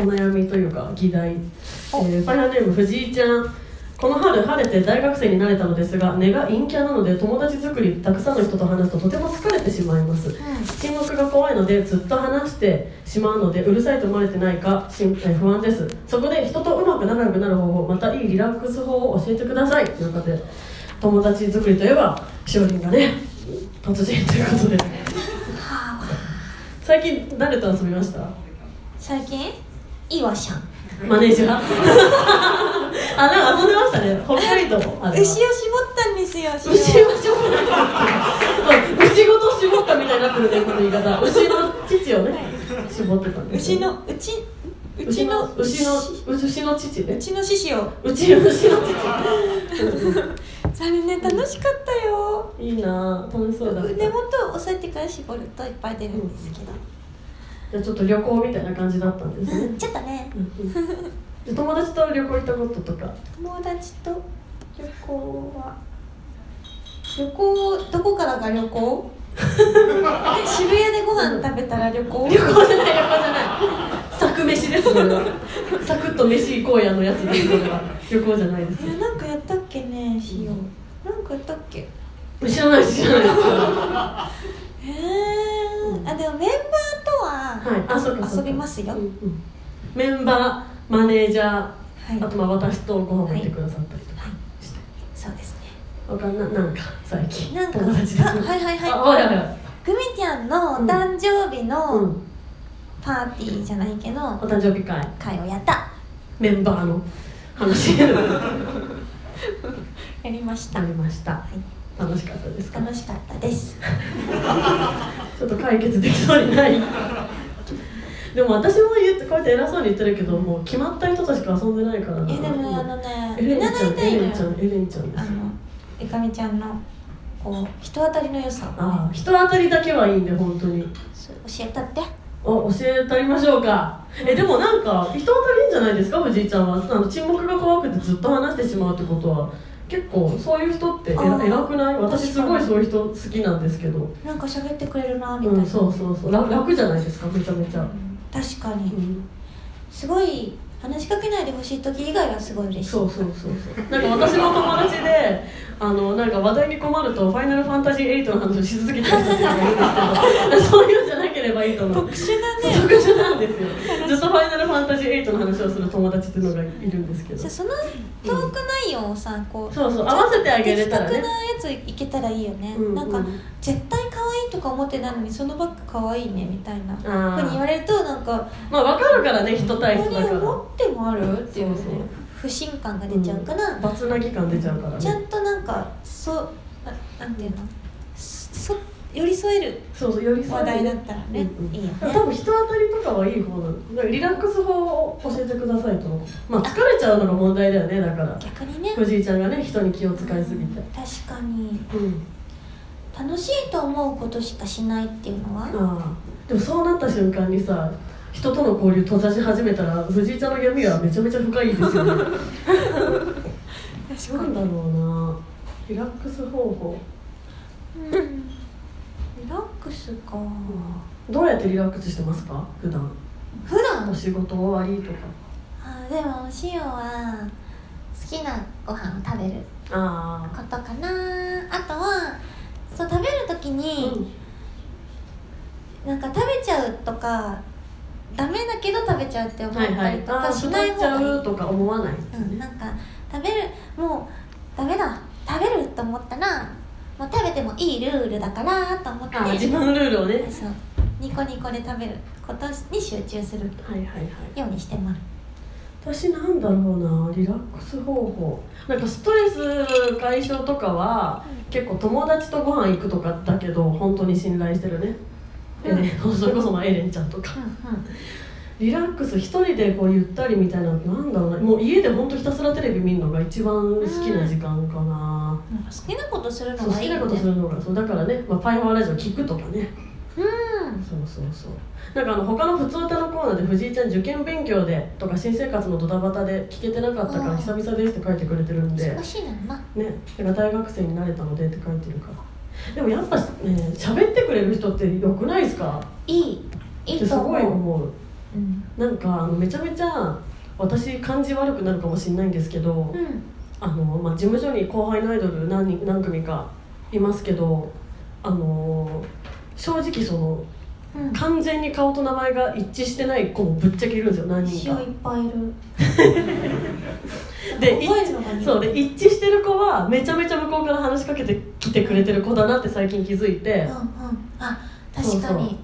Speaker 1: 悩みというか議題、えーパイハワネーム藤井ちゃんこの春晴れて大学生になれたのですが根が陰キャなので友達作りたくさんの人と話すととても疲れてしまいます、沈黙が怖いのでずっと話してしまうのでうるさいと思われてないか心配不安ですそこで人とうまく仲良くなる方法またいいリラックス法を教えてくださいということで友達作りといえばしおりんがね達人ということで最近誰と遊びました
Speaker 2: 最近いいわしゃん
Speaker 1: マネージャーあなんか遊んでましたね北海道あれは
Speaker 2: 絞ったんですよ
Speaker 1: 牛は絞らないんですけど牛ごと絞ったみたいになってるねこの言い方牛の乳をね絞ってたんですよ
Speaker 2: うちう
Speaker 1: 牛の牛の牛の乳ね
Speaker 2: ちの師匠
Speaker 1: うちの牛の
Speaker 2: あれね楽しかったよ
Speaker 1: 乳いいなぁ楽しそうだ
Speaker 2: 根元を押さえてから絞るといっぱい出るんですけど、
Speaker 1: じゃあちょっと旅行みたいな感じだったんですね
Speaker 2: ちょっとね
Speaker 1: で友達と旅行行ったこととか
Speaker 2: 友達と旅行は旅行どこからが旅 行え渋谷でご飯食べたら旅行
Speaker 1: 旅行じゃない旅行じゃない サク飯ですそれは サクッと飯行こうやのやつですそれは旅行じゃないです
Speaker 2: いやなんかやったっけねしようなんかやったっけ
Speaker 1: 知らないです知らないです
Speaker 2: へえあでもメンバーと
Speaker 1: はいあそうか
Speaker 2: は
Speaker 1: そう
Speaker 2: 遊
Speaker 1: か
Speaker 2: びますよ、
Speaker 1: うんうんメンバーマネージャー、
Speaker 2: い
Speaker 1: あとまあ私とご飯も行ってくださったりとか
Speaker 2: はい
Speaker 1: して、
Speaker 2: そうですね
Speaker 1: わかんななんか最近
Speaker 2: なんか
Speaker 1: 友達です
Speaker 2: あはいはいはい
Speaker 1: あはいはいはい
Speaker 2: グミちゃんのお誕生日
Speaker 1: う
Speaker 2: の
Speaker 1: ん
Speaker 2: パーティーじゃないけど、
Speaker 1: お誕生日会
Speaker 2: 会をやった
Speaker 1: メンバーの話あ
Speaker 2: やりました
Speaker 1: りました、楽しかったですか
Speaker 2: 楽しかったです
Speaker 1: ちょっと解決できそうにないでも私も言ってこうやって偉そうに言ってるけどもう決まった人としか遊んでないからな
Speaker 2: えでもねあのね
Speaker 1: エレン
Speaker 2: 見
Speaker 1: ちゃ
Speaker 2: 習い
Speaker 1: ん
Speaker 2: たい
Speaker 1: エ
Speaker 2: の
Speaker 1: レ
Speaker 2: よ
Speaker 1: ンちゃんエレンちゃんで
Speaker 2: あ
Speaker 1: す
Speaker 2: のゆかみちゃんのこう人当たりの良さを
Speaker 1: ああ人当たりだけはいいんで本当に
Speaker 2: そう教えたって
Speaker 1: あ教えてあげましょうかえでもなんか人当たりいいんじゃないですか藤井ちゃんはあの沈黙が怖くてずっと話してしまうってことは結構そういう人ってえ
Speaker 2: あー
Speaker 1: 偉くない私すご
Speaker 2: 確
Speaker 1: い
Speaker 2: かに
Speaker 1: そういう人好きなんですけど
Speaker 2: なんか喋ってくれるなみたい
Speaker 1: う
Speaker 2: な、
Speaker 1: んそうそうそう楽楽じゃないですかめちゃめちゃ、
Speaker 2: 確かに、
Speaker 1: うん
Speaker 2: すごい話しかけないでほしい時以外はすごい嬉しい
Speaker 1: そうそうそうそうなんか私の友達であのなんか話題に困ると「ファイナルファンタジー8」の話をし続けてる人っていうのがいるんですけど そういうんじゃなければいいと思う
Speaker 2: 殊だ
Speaker 1: そう特殊なんですよずっと「ファイナルファンタジー8」の話をする友達っていうのがいるんですけど
Speaker 2: じゃあそのトーク内容をさこう
Speaker 1: そうそう合わせてあげれ
Speaker 2: 的
Speaker 1: た
Speaker 2: 確
Speaker 1: ら
Speaker 2: なや
Speaker 1: ね
Speaker 2: ついけたらいいよね、
Speaker 1: うんうん
Speaker 2: なんか絶対可愛いとか思ってないのにそのバッグ可愛いねみたいなふ
Speaker 1: ー
Speaker 2: うに言われるとなんか
Speaker 1: まあ分かるからね人対人
Speaker 2: ここ
Speaker 1: だ
Speaker 2: に
Speaker 1: から
Speaker 2: 思ってもあるっていうね
Speaker 1: そうそう
Speaker 2: 不信感が出ちゃうから、
Speaker 1: バツなぎ感出ちゃうから
Speaker 2: ちゃ
Speaker 1: ね
Speaker 2: んとなんかそうななんていうのそそ寄り添える
Speaker 1: そうそう寄り添
Speaker 2: 話
Speaker 1: え
Speaker 2: 題だったらね、
Speaker 1: うんうん
Speaker 2: いいよね
Speaker 1: 多分人当たりとかはいい方なのだからリラックス法を教えてくださいとのことまあ疲れちゃうのが問題だよねだから
Speaker 2: 逆にね
Speaker 1: 藤井ちゃんがね人に気を使いすぎて
Speaker 2: 確かに
Speaker 1: うん
Speaker 2: 楽しいと思うことしかしないっていうのは、
Speaker 1: ああでもそうなった瞬間にさ人との交流閉ざし始めたら藤井ちゃんの闇はめちゃめちゃ深いですよね なんだろうなリラックス方法
Speaker 2: うんリラックスか
Speaker 1: どうやってリラックスしてますか普段
Speaker 2: 普段
Speaker 1: お仕事終わりとか
Speaker 2: あでもお塩は好きなご飯を食べる
Speaker 1: あ
Speaker 2: ことかなあとはそう食べる時に、なんか食べちゃうとかダメだけど食べちゃうって思っ
Speaker 1: はいは
Speaker 2: たり
Speaker 1: い
Speaker 2: と
Speaker 1: あ
Speaker 2: か
Speaker 1: あ
Speaker 2: し
Speaker 1: 太っ
Speaker 2: ない方
Speaker 1: ち
Speaker 2: がいい、
Speaker 1: ゃうとか思わない
Speaker 2: うん、なんか食べるもうダメだ食べると思ったらもう食べてもいいルールだからと思って
Speaker 1: ああ自分ルールをね
Speaker 2: そうニコニコで食べることに集中するよ
Speaker 1: はいはいはいう
Speaker 2: にしてます
Speaker 1: 私なんだろうなリラックス方法なんかストレス解消とかは結構友達とご飯行くとかだけど本当に信頼してるね、 エレンそれこそまあエレンちゃんとか、リラックス一人でこうゆったりみたいななんだろうなもう家で本当ひたすらテレビ見るのが一番好きな時間かな、
Speaker 2: なんか好きなことする
Speaker 1: そ
Speaker 2: の
Speaker 1: う好
Speaker 2: がい
Speaker 1: き
Speaker 2: い
Speaker 1: な
Speaker 2: よね
Speaker 1: ことするのがそうだからね、まあ、パイハワラジオ聞くとかね
Speaker 2: うん
Speaker 1: そうそうそうなんかあの他の普通歌のコーナーで藤井ちゃん受験勉強でとか新生活のドタバタで聞けてなかったか
Speaker 2: う
Speaker 1: ら
Speaker 2: ん
Speaker 1: 久々ですって書いてくれてるんで
Speaker 2: 忙しいなな
Speaker 1: ねなんか大学生になれたのでって書いてるからでもやっぱね喋ってくれる人ってよくないですか
Speaker 2: いいい
Speaker 1: っ
Speaker 2: い
Speaker 1: てす
Speaker 2: と
Speaker 1: ごい
Speaker 2: 思う
Speaker 1: 思うなんかあのめちゃめちゃ私感じ悪くなるかもしれないんですけど、
Speaker 2: うん
Speaker 1: あのまあ、事務所に後輩のアイドル何人何組かいますけどあの正直その
Speaker 2: うん
Speaker 1: 完全に顔と名前が一致してない子もぶっちゃけいるんですよ何人
Speaker 2: 塩
Speaker 1: か
Speaker 2: いっぱいいる
Speaker 1: で
Speaker 2: 覚えるのがね
Speaker 1: そうで一致してる子はめちゃめちゃ向こうから話しかけてきてくれてる子だなって最近気づいて
Speaker 2: うんうんあ確かに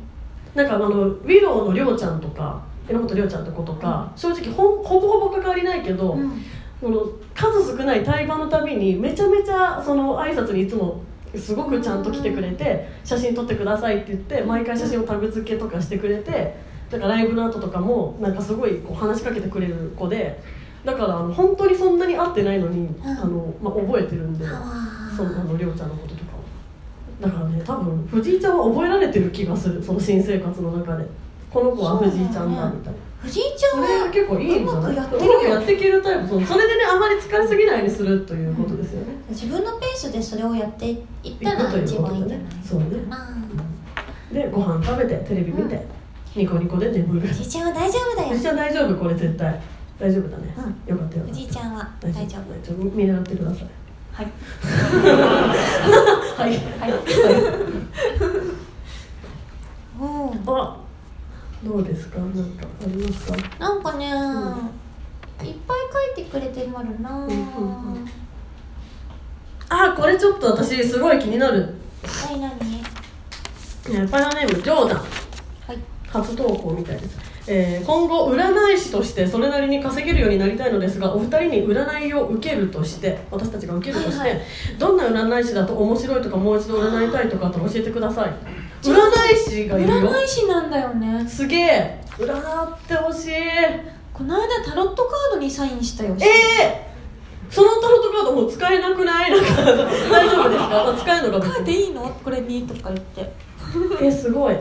Speaker 1: なんかあのウィローのりょうちゃんとか榎本りょうちゃんとことか正直ほほぼほぼ関わりないけど、
Speaker 2: うん
Speaker 1: この数少ない対バンのたびにめちゃめちゃその挨拶にいつもすごくちゃんと来てくれて写真撮ってくださいって言って毎回写真をタグ付けとかしてくれてだからライブの後とかもなんかすごいこう話しかけてくれる子でだからあの本当にそんなに会ってないのに
Speaker 2: ん
Speaker 1: あの、まあ、覚えてるんで
Speaker 2: あわー
Speaker 1: そのあのりょうちゃんのこととかをだからね多分藤井ちゃんは覚えられてる気がするその新生活の中でこの子は藤井ちゃんだみたいな。
Speaker 2: 藤井ちゃ
Speaker 1: そ
Speaker 2: ん
Speaker 1: れ
Speaker 2: は
Speaker 1: は結構いいんじゃないう
Speaker 2: まくやってる
Speaker 1: うまくや
Speaker 2: よ
Speaker 1: っていけるタイプそうそれでねあまり疲れすぎないようにするということですよね、
Speaker 2: 自分のペースでそれをやっていった
Speaker 1: 行く
Speaker 2: ら
Speaker 1: という
Speaker 2: 一
Speaker 1: こと
Speaker 2: 番いいんじ
Speaker 1: で
Speaker 2: ゃ
Speaker 1: ね
Speaker 2: ない
Speaker 1: そうね
Speaker 2: まあ
Speaker 1: でご飯食べてテレビ見て、
Speaker 2: う
Speaker 1: ニコニコで眠る
Speaker 2: 藤井ちゃんは大丈夫だよ
Speaker 1: 私は大丈夫これ絶対大丈夫だね、よかったよかった
Speaker 2: 藤井ちゃんは大丈夫
Speaker 1: 夫見習ってください
Speaker 5: はい
Speaker 1: はい
Speaker 5: はい
Speaker 2: おー
Speaker 1: あどうですかなんかありますか
Speaker 2: なんかね、いっぱい書いてくれてるるな、
Speaker 1: んうんうんあこれちょっと私すごい気になる
Speaker 2: 何何
Speaker 1: えーパイナネームジョーダン
Speaker 2: はい
Speaker 1: 初投稿みたいです、えー今後占い師としてそれなりに稼げるようになりたいのですがお二人に占いを受けるとして私たちが受けるとして、
Speaker 2: はいは
Speaker 1: どんな占い師だと面白いとかもう一度占いたいとかあったら教えてください
Speaker 2: ちょ
Speaker 1: 占
Speaker 2: っと
Speaker 1: い師がいるよ
Speaker 2: 占い師なんだよね
Speaker 1: すげえ占ってほしいえ
Speaker 2: この間タロットカードにサインしたよ
Speaker 1: えー、そのタロットカードもう使えなくないなんか大丈夫ですかあ使えるのか
Speaker 2: 書いていいのこれにとか言って
Speaker 1: えすごい占っ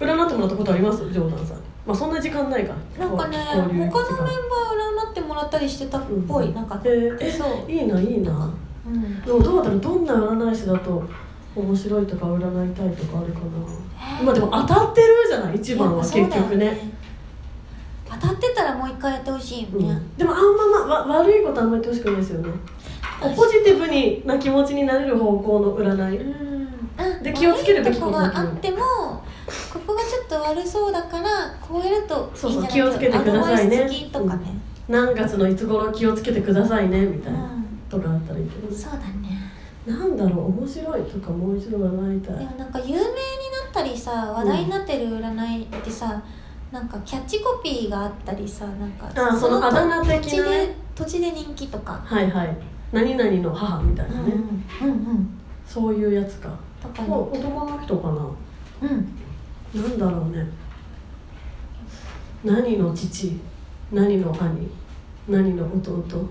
Speaker 1: てもらったことありますジョーダンさんまあそんな時間ないから
Speaker 2: なんかね他
Speaker 1: こ
Speaker 2: の
Speaker 1: う
Speaker 2: メ
Speaker 1: いう
Speaker 2: ン
Speaker 1: 時間
Speaker 2: バー占ってもらったりしてたっぽい、なんか
Speaker 1: えーえ
Speaker 2: そう、
Speaker 1: いいないいな
Speaker 2: うん、
Speaker 1: でもどうだろうどんな占い師だと面白いとか占いたいとかあるかな、まあでも当たってるじゃない一番は結
Speaker 2: やっぱそ
Speaker 1: 局
Speaker 2: うだ
Speaker 1: ね
Speaker 2: よ当たってたらもう一回やってほしいよ
Speaker 1: う
Speaker 2: ね、
Speaker 1: ん、でもあんま、ま、わ悪いことあんまり言ってほしくないですよねこうポジティブにな気持ちになれる方向の占い
Speaker 2: あ
Speaker 1: で気をつけるべきこと
Speaker 2: 悪
Speaker 1: だ
Speaker 2: いとこがあってもここがちょっと悪そうだからこうやるとい
Speaker 1: そ
Speaker 2: いんじゃない
Speaker 1: うそう気をつけてくださいね
Speaker 2: アドバイス付きとかね、
Speaker 1: 何月のいつ頃気をつけてくださいねみた
Speaker 2: う
Speaker 1: い
Speaker 2: ん
Speaker 1: な、とかあったらいいけど
Speaker 2: そうだね
Speaker 1: なんだろう面白いとかもう一度占いた
Speaker 2: で
Speaker 1: い
Speaker 2: もなんか有名になったりさ話題になってる占いってさ、なんかキャッチコピーがあったりさなんか
Speaker 1: あそのあだ名的なね
Speaker 2: 土地で土地で人気とか、
Speaker 1: はいはい何々の母みたいなね、
Speaker 2: うんうん
Speaker 1: そういうやつか
Speaker 2: とか
Speaker 1: まあ
Speaker 2: ね
Speaker 1: 男の人かな
Speaker 2: うん
Speaker 1: なんだろうね何の父何の兄何の弟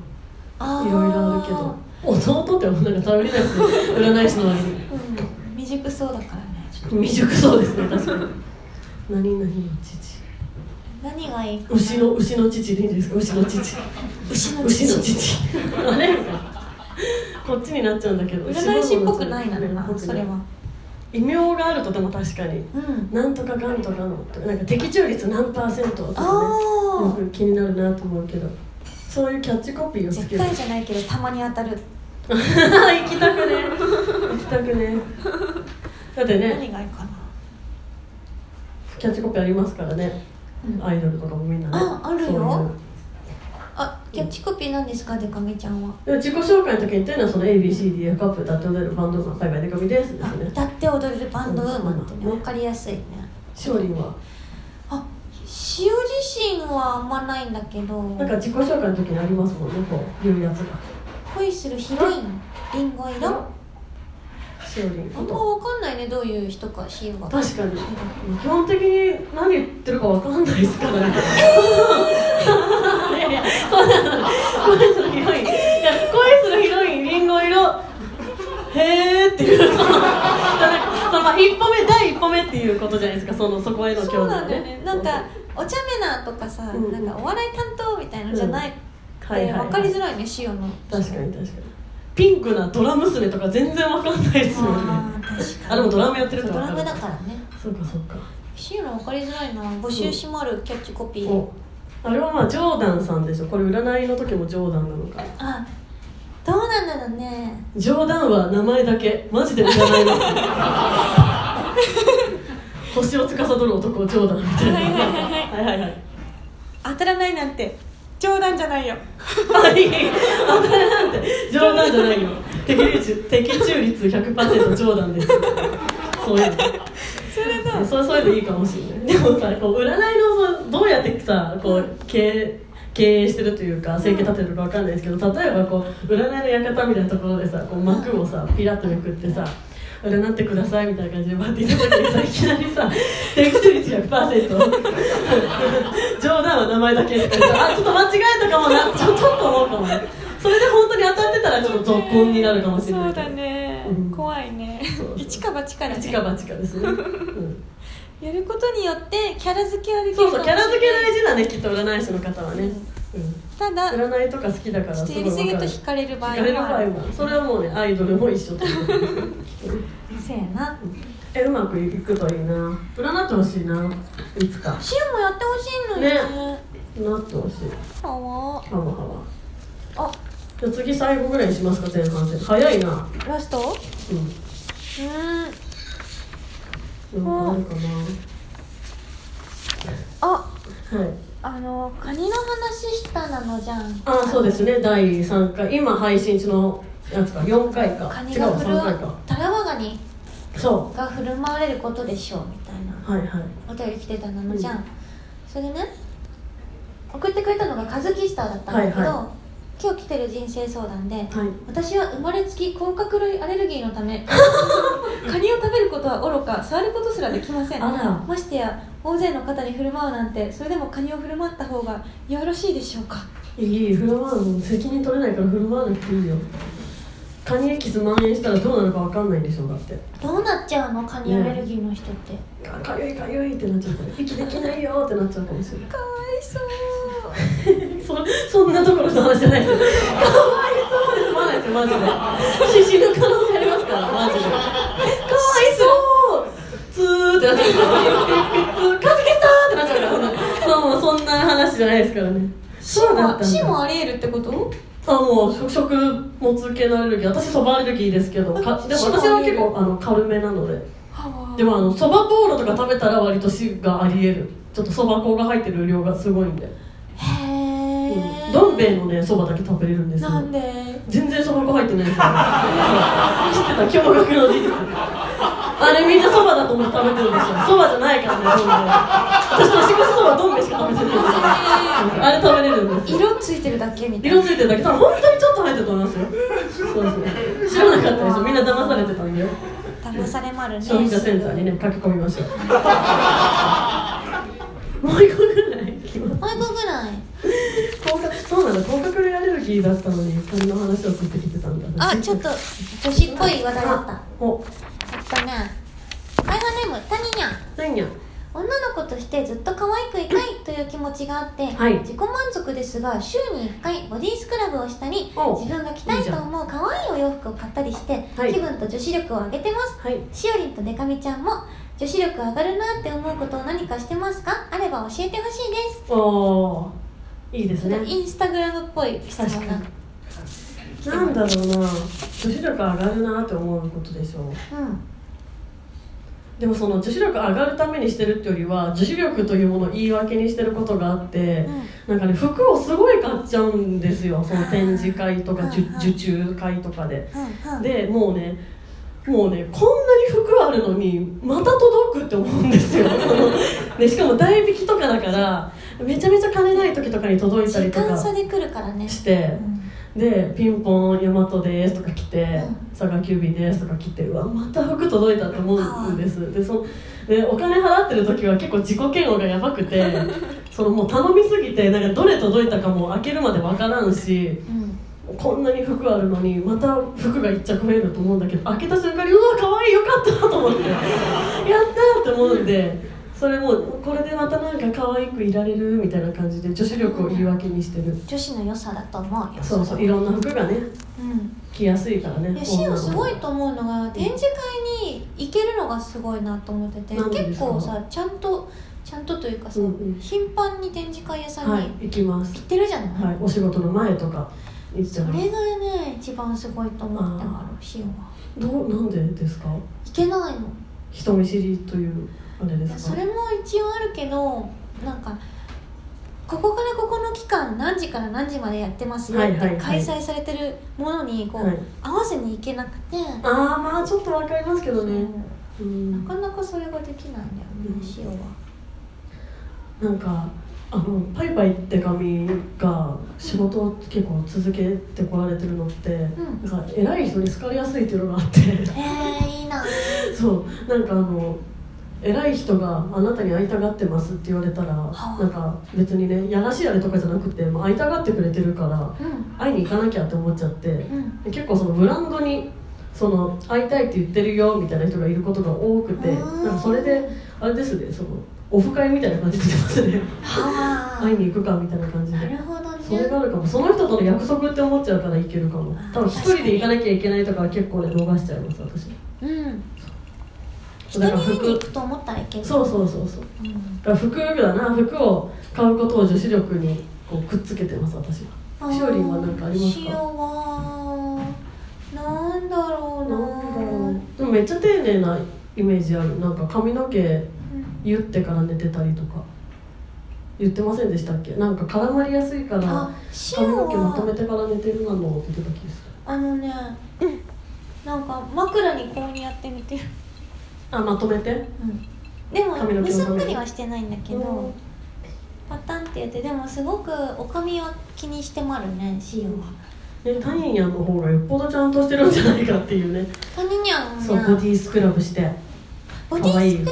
Speaker 2: あー
Speaker 1: いろいろあるけど弟ってなんか頼りないですね占い師の割
Speaker 2: うん未熟そうだからねちょっと
Speaker 1: に未熟そうですね確かに何々の父
Speaker 2: 何がいいかな
Speaker 1: 牛の牛の父でいいですか牛の父
Speaker 2: 牛の
Speaker 1: 牛
Speaker 2: 乳
Speaker 1: の父あれこっちになっちゃうんだけど
Speaker 2: 占い師っぽくないな
Speaker 1: 牛の父
Speaker 2: なそれは
Speaker 1: 異名があるとでも確かに
Speaker 2: うん
Speaker 1: なんとかがんとかのなんか的中率何パーセントとかねよ
Speaker 2: ああ
Speaker 1: く気になるなと思うけどそういうキャッチコピーをつけ
Speaker 2: 絶
Speaker 1: る行
Speaker 2: 対じゃないけどたまに当たる
Speaker 1: きたくね行きたくねだってね
Speaker 2: 何がいいかな
Speaker 1: キャッチコピーありますからね、アイドルとかもみんなね
Speaker 2: ああるよ
Speaker 1: そういう
Speaker 2: あキャッチコピーなんですかでかみちゃんは
Speaker 1: でも自己紹介の時に言ってるのはその ABCD やカップ歌って踊れるバンドマンバイバイデカミですですね
Speaker 2: 歌って踊れるバンドウーマンってね
Speaker 1: うん
Speaker 2: 分かりやすいね
Speaker 1: 勝利は
Speaker 2: あ塩自身はあんまないんだけど
Speaker 1: なんか自己紹介の時にありますもんねこういうやつが
Speaker 2: 恋するヒロインリンゴ色
Speaker 1: 勝利
Speaker 2: あんま分かんないねどういう人か塩が
Speaker 1: 確かに基本的に何言ってるかわかんないですからね。い やいやそうなの恋するヒロインいや恋するヒロインリンゴ色へーっていうそのそのまあ一歩目第一歩目っていうことじゃないですかそのそこへの興味
Speaker 2: そうなんだよねなんかお茶目なとかさ、
Speaker 1: うん
Speaker 2: なんかお笑い担当みたいなのじゃない、
Speaker 1: はいはい、
Speaker 2: 分かりづらいね塩の
Speaker 1: 確かに確かにピンクなドラ娘とか全然わかんないですよね
Speaker 2: あー確
Speaker 1: あ
Speaker 2: かに
Speaker 1: でもドラムやってるって
Speaker 2: ド
Speaker 1: こと
Speaker 2: ラ
Speaker 1: か
Speaker 2: ムだからね
Speaker 1: そうかそうか
Speaker 2: シーラ分かりづらいな募集しまるキャッチコピー、
Speaker 1: おあれはまあジョーダンさんでしょこれ占いの時もジョーダンなのか
Speaker 2: あどうなんだろうね
Speaker 1: ジョーダンは名前だけマジで占います 星を司る男ジョーダンみたいな
Speaker 2: はいはいはい
Speaker 1: はいはいはい
Speaker 2: 当たらないなんて冗談じゃないよ
Speaker 1: はい当たらなんて冗談じゃないよ的中的中率100%冗談ですそういうの
Speaker 2: それだ
Speaker 1: そうそういうのいいかもしれないでもさこう占いのそうどうやってさこう経営経営してるというか生計立ててるかわかんないですけど例えばこう占いの館みたいなところでさこう幕をさピラッとめくってさ占ってくださいみたいな感じでバッて言った時にさいきなりさ「的中率100%」「冗談は名前だけ」って言あちょっと間違えたかもなちょちょっと思うかもねそれで本当に当たってたらちょっと続婚になるかもしれな
Speaker 5: そ
Speaker 1: い
Speaker 5: うだね、
Speaker 1: うん
Speaker 5: 怖いね
Speaker 1: そうそう
Speaker 2: 一か八かだね
Speaker 1: 一か八かですね、うん
Speaker 2: やることによってキャラ付けはでき
Speaker 1: そう
Speaker 2: る
Speaker 1: そ
Speaker 2: かも
Speaker 1: う
Speaker 2: し
Speaker 1: キャ
Speaker 2: れな
Speaker 1: ラ付け
Speaker 2: い
Speaker 1: 大事だねきっと占い師の方はね、うん、
Speaker 2: ただ
Speaker 1: 占いとか好きだからすごいわか
Speaker 2: やりす
Speaker 1: る
Speaker 2: ぎると惹かれる場合
Speaker 1: 惹かれる場
Speaker 2: もあ
Speaker 1: 合
Speaker 2: る
Speaker 1: もそれはもうねアイドルも一緒ってことです うん
Speaker 2: せやな
Speaker 1: えうまくいくといいな占ってほしいないつか
Speaker 2: シオもやってほしいのよね
Speaker 1: 占ってほしい
Speaker 2: かわ
Speaker 1: はわはわ
Speaker 2: あ
Speaker 1: じゃあ次最後ぐらいにしますか前半戦早いな
Speaker 2: ラスト
Speaker 1: う
Speaker 2: うーん
Speaker 1: んなんかあるか
Speaker 2: あ
Speaker 1: なはい
Speaker 2: あのカニの話したなのじゃん
Speaker 1: あそうですね第三回今配信中のやつか四回か
Speaker 2: カニ
Speaker 1: 違う
Speaker 2: が
Speaker 1: わ
Speaker 2: 振る
Speaker 1: 三回か
Speaker 2: タラバガニ
Speaker 1: そ
Speaker 2: が振る舞われることでしょうみたいな
Speaker 1: うはいはい
Speaker 2: お便り来てたなのじゃん、それでね送ってくれたのがカズキスターだったんだけど、
Speaker 1: はいは
Speaker 2: 今日来てる人生相談で、
Speaker 1: はい
Speaker 2: 私は生まれつき甲殻類アレルギーのため カニを食べることはおろか触ることすらできません
Speaker 1: あら
Speaker 2: ましてや大勢の方に振る舞うなんてそれでもカニを振る舞った方がよろしいでしょうか
Speaker 1: いい振る舞うの責任取れないから振る舞わなくていいよカニエキス蔓延したらどうなるか分かんないんでしょだって
Speaker 2: どうなっちゃうのカニアレルギーの人って、
Speaker 1: あかゆいかゆいってなっちゃうから息できないよってなっちゃうかもしれない
Speaker 2: かわいそう
Speaker 1: そそんなところの話じゃないですよかわいそうですまないですよマジで死ぬ可能性ありますからマジでかわいそうツーってなっちゃうから「カズキさん!」ってなっちゃうからそうそんな話じゃないですからねそうだったんだ
Speaker 2: 死もありえるってこと
Speaker 1: あもう食食物系のアレルギー私そばアレルギーですけどかでも
Speaker 2: そば
Speaker 1: 私は結構あの軽めなのででもあのそばボーロとか食べたら割と死がありえるちょっとそば粉が入ってる量がすごいんで、
Speaker 2: へ
Speaker 1: う
Speaker 2: え
Speaker 1: んどん兵衛のねそばだけ食べれるんですよ
Speaker 2: なんで
Speaker 1: 全然そば粉入ってないですよそう知ってた驚愕の事実あれみんなそばだと思って食べてるんですよそばじゃないからねどん兵衛私年越しそばどん兵衛しか食べてないんですよあれ食べれるんですよ
Speaker 2: 色ついてるだけみたいな
Speaker 1: 色ついてるだけ多分本当にちょっと入ってると思いますよそうそう知らなかったでしょみんな騙されてたんだよ
Speaker 2: 騙されまるね
Speaker 1: 消費者センターにね書き込みましょうもう一個ぐらい行きます
Speaker 2: もう一個ぐらい
Speaker 1: 甲殻そうなんだ甲殻類アレルギーだったのにこんな話を送ってきてたんだ
Speaker 2: あちょっと女子っぽい話題だった
Speaker 1: お
Speaker 2: えっとね会話ネームタニニャン
Speaker 1: 何や
Speaker 2: 女の子としてずっと可愛くいたいという気持ちがあって、
Speaker 1: はい
Speaker 2: 自己満足ですが週に1回ボディスクラブをしたり
Speaker 1: お
Speaker 2: 自分が着たいと思う可愛いお洋服を買ったりして、
Speaker 1: はい
Speaker 2: 気分と女子力を上げてます
Speaker 1: はい
Speaker 2: しおりんとでかみちゃんも女子力上がるなって思うことを何かしてますかあれば教えてほしいです
Speaker 1: おーいいです
Speaker 2: ちょっ
Speaker 1: ね
Speaker 2: とインスタグラムっぽい質問な
Speaker 1: 確かなんだろうな女子力上がるなって思うことでしょう
Speaker 2: うん
Speaker 1: でもその女子力上がるためにしてるってよりは女子力というものを言い訳にしてることがあって、なんかね服をすごい買っちゃうんですよその展示会とか
Speaker 2: はい
Speaker 1: 受
Speaker 2: はい
Speaker 1: 受注会とかで
Speaker 2: うんうん
Speaker 1: でもうねもうねこんなに服あるのにまた届くって思うんですよ でしかも代引きとかだからめちゃめちゃ金ない時とかに届いたり
Speaker 2: 時
Speaker 1: と
Speaker 2: 間差
Speaker 1: か
Speaker 2: で来るからね
Speaker 1: してで「ピンポン大和です」とか来て
Speaker 2: ん
Speaker 1: 「佐賀急便です」とか来てうわまた服届いたと思うんですでそのでお金払ってる時は結構自己嫌悪がやばくてそのもう頼みすぎてなんかどれ届いたかも開けるまでわからんし
Speaker 2: うん
Speaker 1: こんなに服あるのにまた服が1着増えると思うんだけど開けた瞬間にうわ可愛いよかったと思ってやったーって思うんでそれもうこれでまたなんか可愛くいられるみたいな感じで女子力を言い訳にしてる
Speaker 2: 女子の良さだと思うよ
Speaker 1: そうそういろんな服がね
Speaker 2: うん
Speaker 1: 着やすいからね
Speaker 2: いやシオすご
Speaker 1: い
Speaker 2: いと思うのが展示会にいけるのがすごいなと思ってて
Speaker 1: なんでです
Speaker 2: 結
Speaker 1: か
Speaker 2: 構さちゃんとちゃんとというかさ、
Speaker 1: うんうん
Speaker 2: 頻繁に展示会屋さん
Speaker 1: は
Speaker 2: に
Speaker 1: い行きます
Speaker 2: 行ってるじゃない、
Speaker 1: はいお仕事の前とかいつじゃ
Speaker 2: そ
Speaker 1: ない
Speaker 2: れがね一番すごいと思ってはるしは
Speaker 1: どうなんでですか
Speaker 2: 行けないの
Speaker 1: 人見知りというあれで
Speaker 2: いや
Speaker 1: す
Speaker 2: そ
Speaker 1: か
Speaker 2: れも一応あるけどなんかここからここの期間何時から何時までやってますよ
Speaker 1: は
Speaker 2: っ
Speaker 1: いはいは
Speaker 2: て
Speaker 1: い
Speaker 2: 開催されてるものにこう、
Speaker 1: はい
Speaker 2: 合わせに行けなくて、
Speaker 1: ああまあちょっとわかりますけどねう
Speaker 2: そうんなかなかそれができないんだよね、
Speaker 1: うん
Speaker 2: 塩は
Speaker 1: なんかあのパイパイって紙が仕事を結構続けてこられてるのって、
Speaker 2: ん
Speaker 1: なんか偉い人に好かれやすいっていうのがあって
Speaker 2: へえいいな
Speaker 1: そうなんかあの偉い人があなたに会いたがってますって言われたら、
Speaker 2: あ
Speaker 1: なんか別にねやらしいあれとかじゃなくてもう会いたがってくれてるから
Speaker 2: うん
Speaker 1: 会いに行かなきゃって思っちゃって、
Speaker 2: うん
Speaker 1: で結構そのブランドにその会いたいって言ってるよみたいな人がいることが多くて
Speaker 2: あー
Speaker 1: なんかそれであれですねそのオフ会みたいな感じでますね
Speaker 2: はあ
Speaker 1: 会いに行くかみたいな感じ
Speaker 2: な
Speaker 1: で
Speaker 2: るほどね
Speaker 1: それがあるかもその人との約束って思っちゃうから行けるかも多分一人で行かなきゃいけないとかは結構ね逃しちゃいます私
Speaker 2: うん人
Speaker 1: だ
Speaker 2: に
Speaker 1: から
Speaker 2: 会いに行
Speaker 1: 服
Speaker 2: くと思ったらいける
Speaker 1: そうそうそうそう
Speaker 2: うん、
Speaker 1: だから服だな服を買うことを女子力にこうくっつけてます私はしおりんは何かありますか
Speaker 2: 塩はなんだろうな
Speaker 1: なんだろうでもめっちゃ丁寧なイメージあるなんか髪の毛
Speaker 2: うん
Speaker 1: 言ってから寝てたりとか言ってませんでしたっけなんか絡まりやすいから
Speaker 2: あ
Speaker 1: 髪
Speaker 2: 塩
Speaker 1: の毛まとめ
Speaker 2: は
Speaker 1: てから寝てるなのって言ってた気がする
Speaker 2: あのね、なんか枕にこうやってみてる、
Speaker 1: あまとめて
Speaker 2: でも
Speaker 1: 髪の毛の
Speaker 2: 結
Speaker 1: ため
Speaker 2: んだりはしてないんだけど、
Speaker 1: うん
Speaker 2: パタンって言ってでもすごくお髪を気にしてまるね塩は
Speaker 1: ねタニーニャンの方がよっぽどちゃんとしてるんじゃないかっていうね
Speaker 2: カニニャン
Speaker 1: そうボデ
Speaker 2: ね
Speaker 1: ィスクラブして
Speaker 2: ボディス
Speaker 1: 可
Speaker 2: クラ
Speaker 1: 愛い服着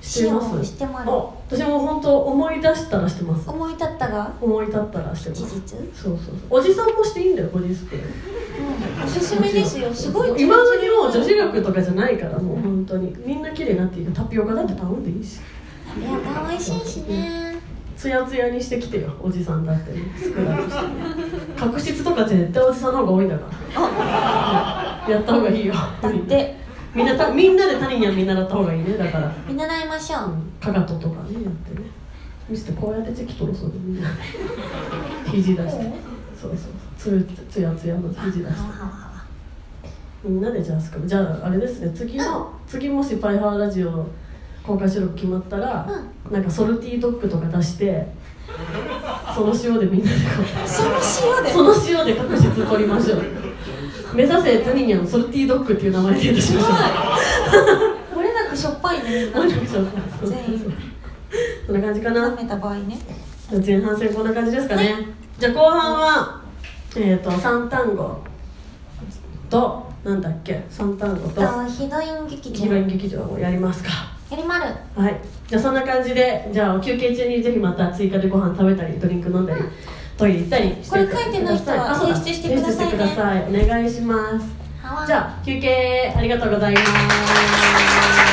Speaker 2: ブ
Speaker 1: してま
Speaker 2: 塩
Speaker 1: す
Speaker 2: してま
Speaker 1: あ
Speaker 2: る
Speaker 1: 私も本当思い出したらしてます
Speaker 2: 思い立ったが
Speaker 1: 思い立ったらしてま
Speaker 2: 事
Speaker 1: す
Speaker 2: 実、うん、
Speaker 1: そうそうそうおじさんもしていいんだよボディスクラブ
Speaker 2: おすすめですよすごい
Speaker 1: 今時もう女子力とかじゃないからもう本当にみんな綺麗になっていいからタピオカだって頼んでいいし
Speaker 2: いや可愛いしいしね
Speaker 1: ツヤツヤにしてきてよおじさんだって ねスクラブして角質とか絶対おじさんの方が多いんだからやった方がいいよ
Speaker 2: だって
Speaker 1: みんなたみんなで他人には見習った方がいいねだから
Speaker 2: 見習いましょう、
Speaker 1: かかととかねやってね見せてこうやってチェキ取るそうで みんな肘出してそうそうそうつつやつやの肘出して
Speaker 2: はわはわはわ
Speaker 1: みんなでじゃあスクじゃああれですね次の次もし「パイハーラジオ」公開収録決まったら、なんかソルティードッグとか出して その塩でみんなでこう
Speaker 2: その塩で
Speaker 1: その塩で確実取りましょう目指せタニーニャのソルティードッグっていう名前で出しましょう
Speaker 2: 漏れなくしょっぱいねみんな
Speaker 1: お願いします
Speaker 2: 全員
Speaker 1: そんな感じかな
Speaker 2: 舐めた場合ね
Speaker 1: じゃあ前半戦こんな感じですかね、じゃあ後半はえっ、ー、と三単語となんだっけ三単語と
Speaker 2: あーひどいん劇
Speaker 1: ヒロイ
Speaker 2: 場
Speaker 1: ン劇場をやりますか
Speaker 2: やりまる
Speaker 1: はい、じゃあそんな感じでじゃあお休憩中にぜひまた追加でご飯食べたりドリンク飲んだりトイレ行ったりして
Speaker 2: これ書いてない人は
Speaker 1: あそうだ
Speaker 2: 提出してください
Speaker 1: 提出し
Speaker 2: ね
Speaker 1: てくださいお願いします
Speaker 2: はわ
Speaker 1: じゃあ休憩ありがとうございます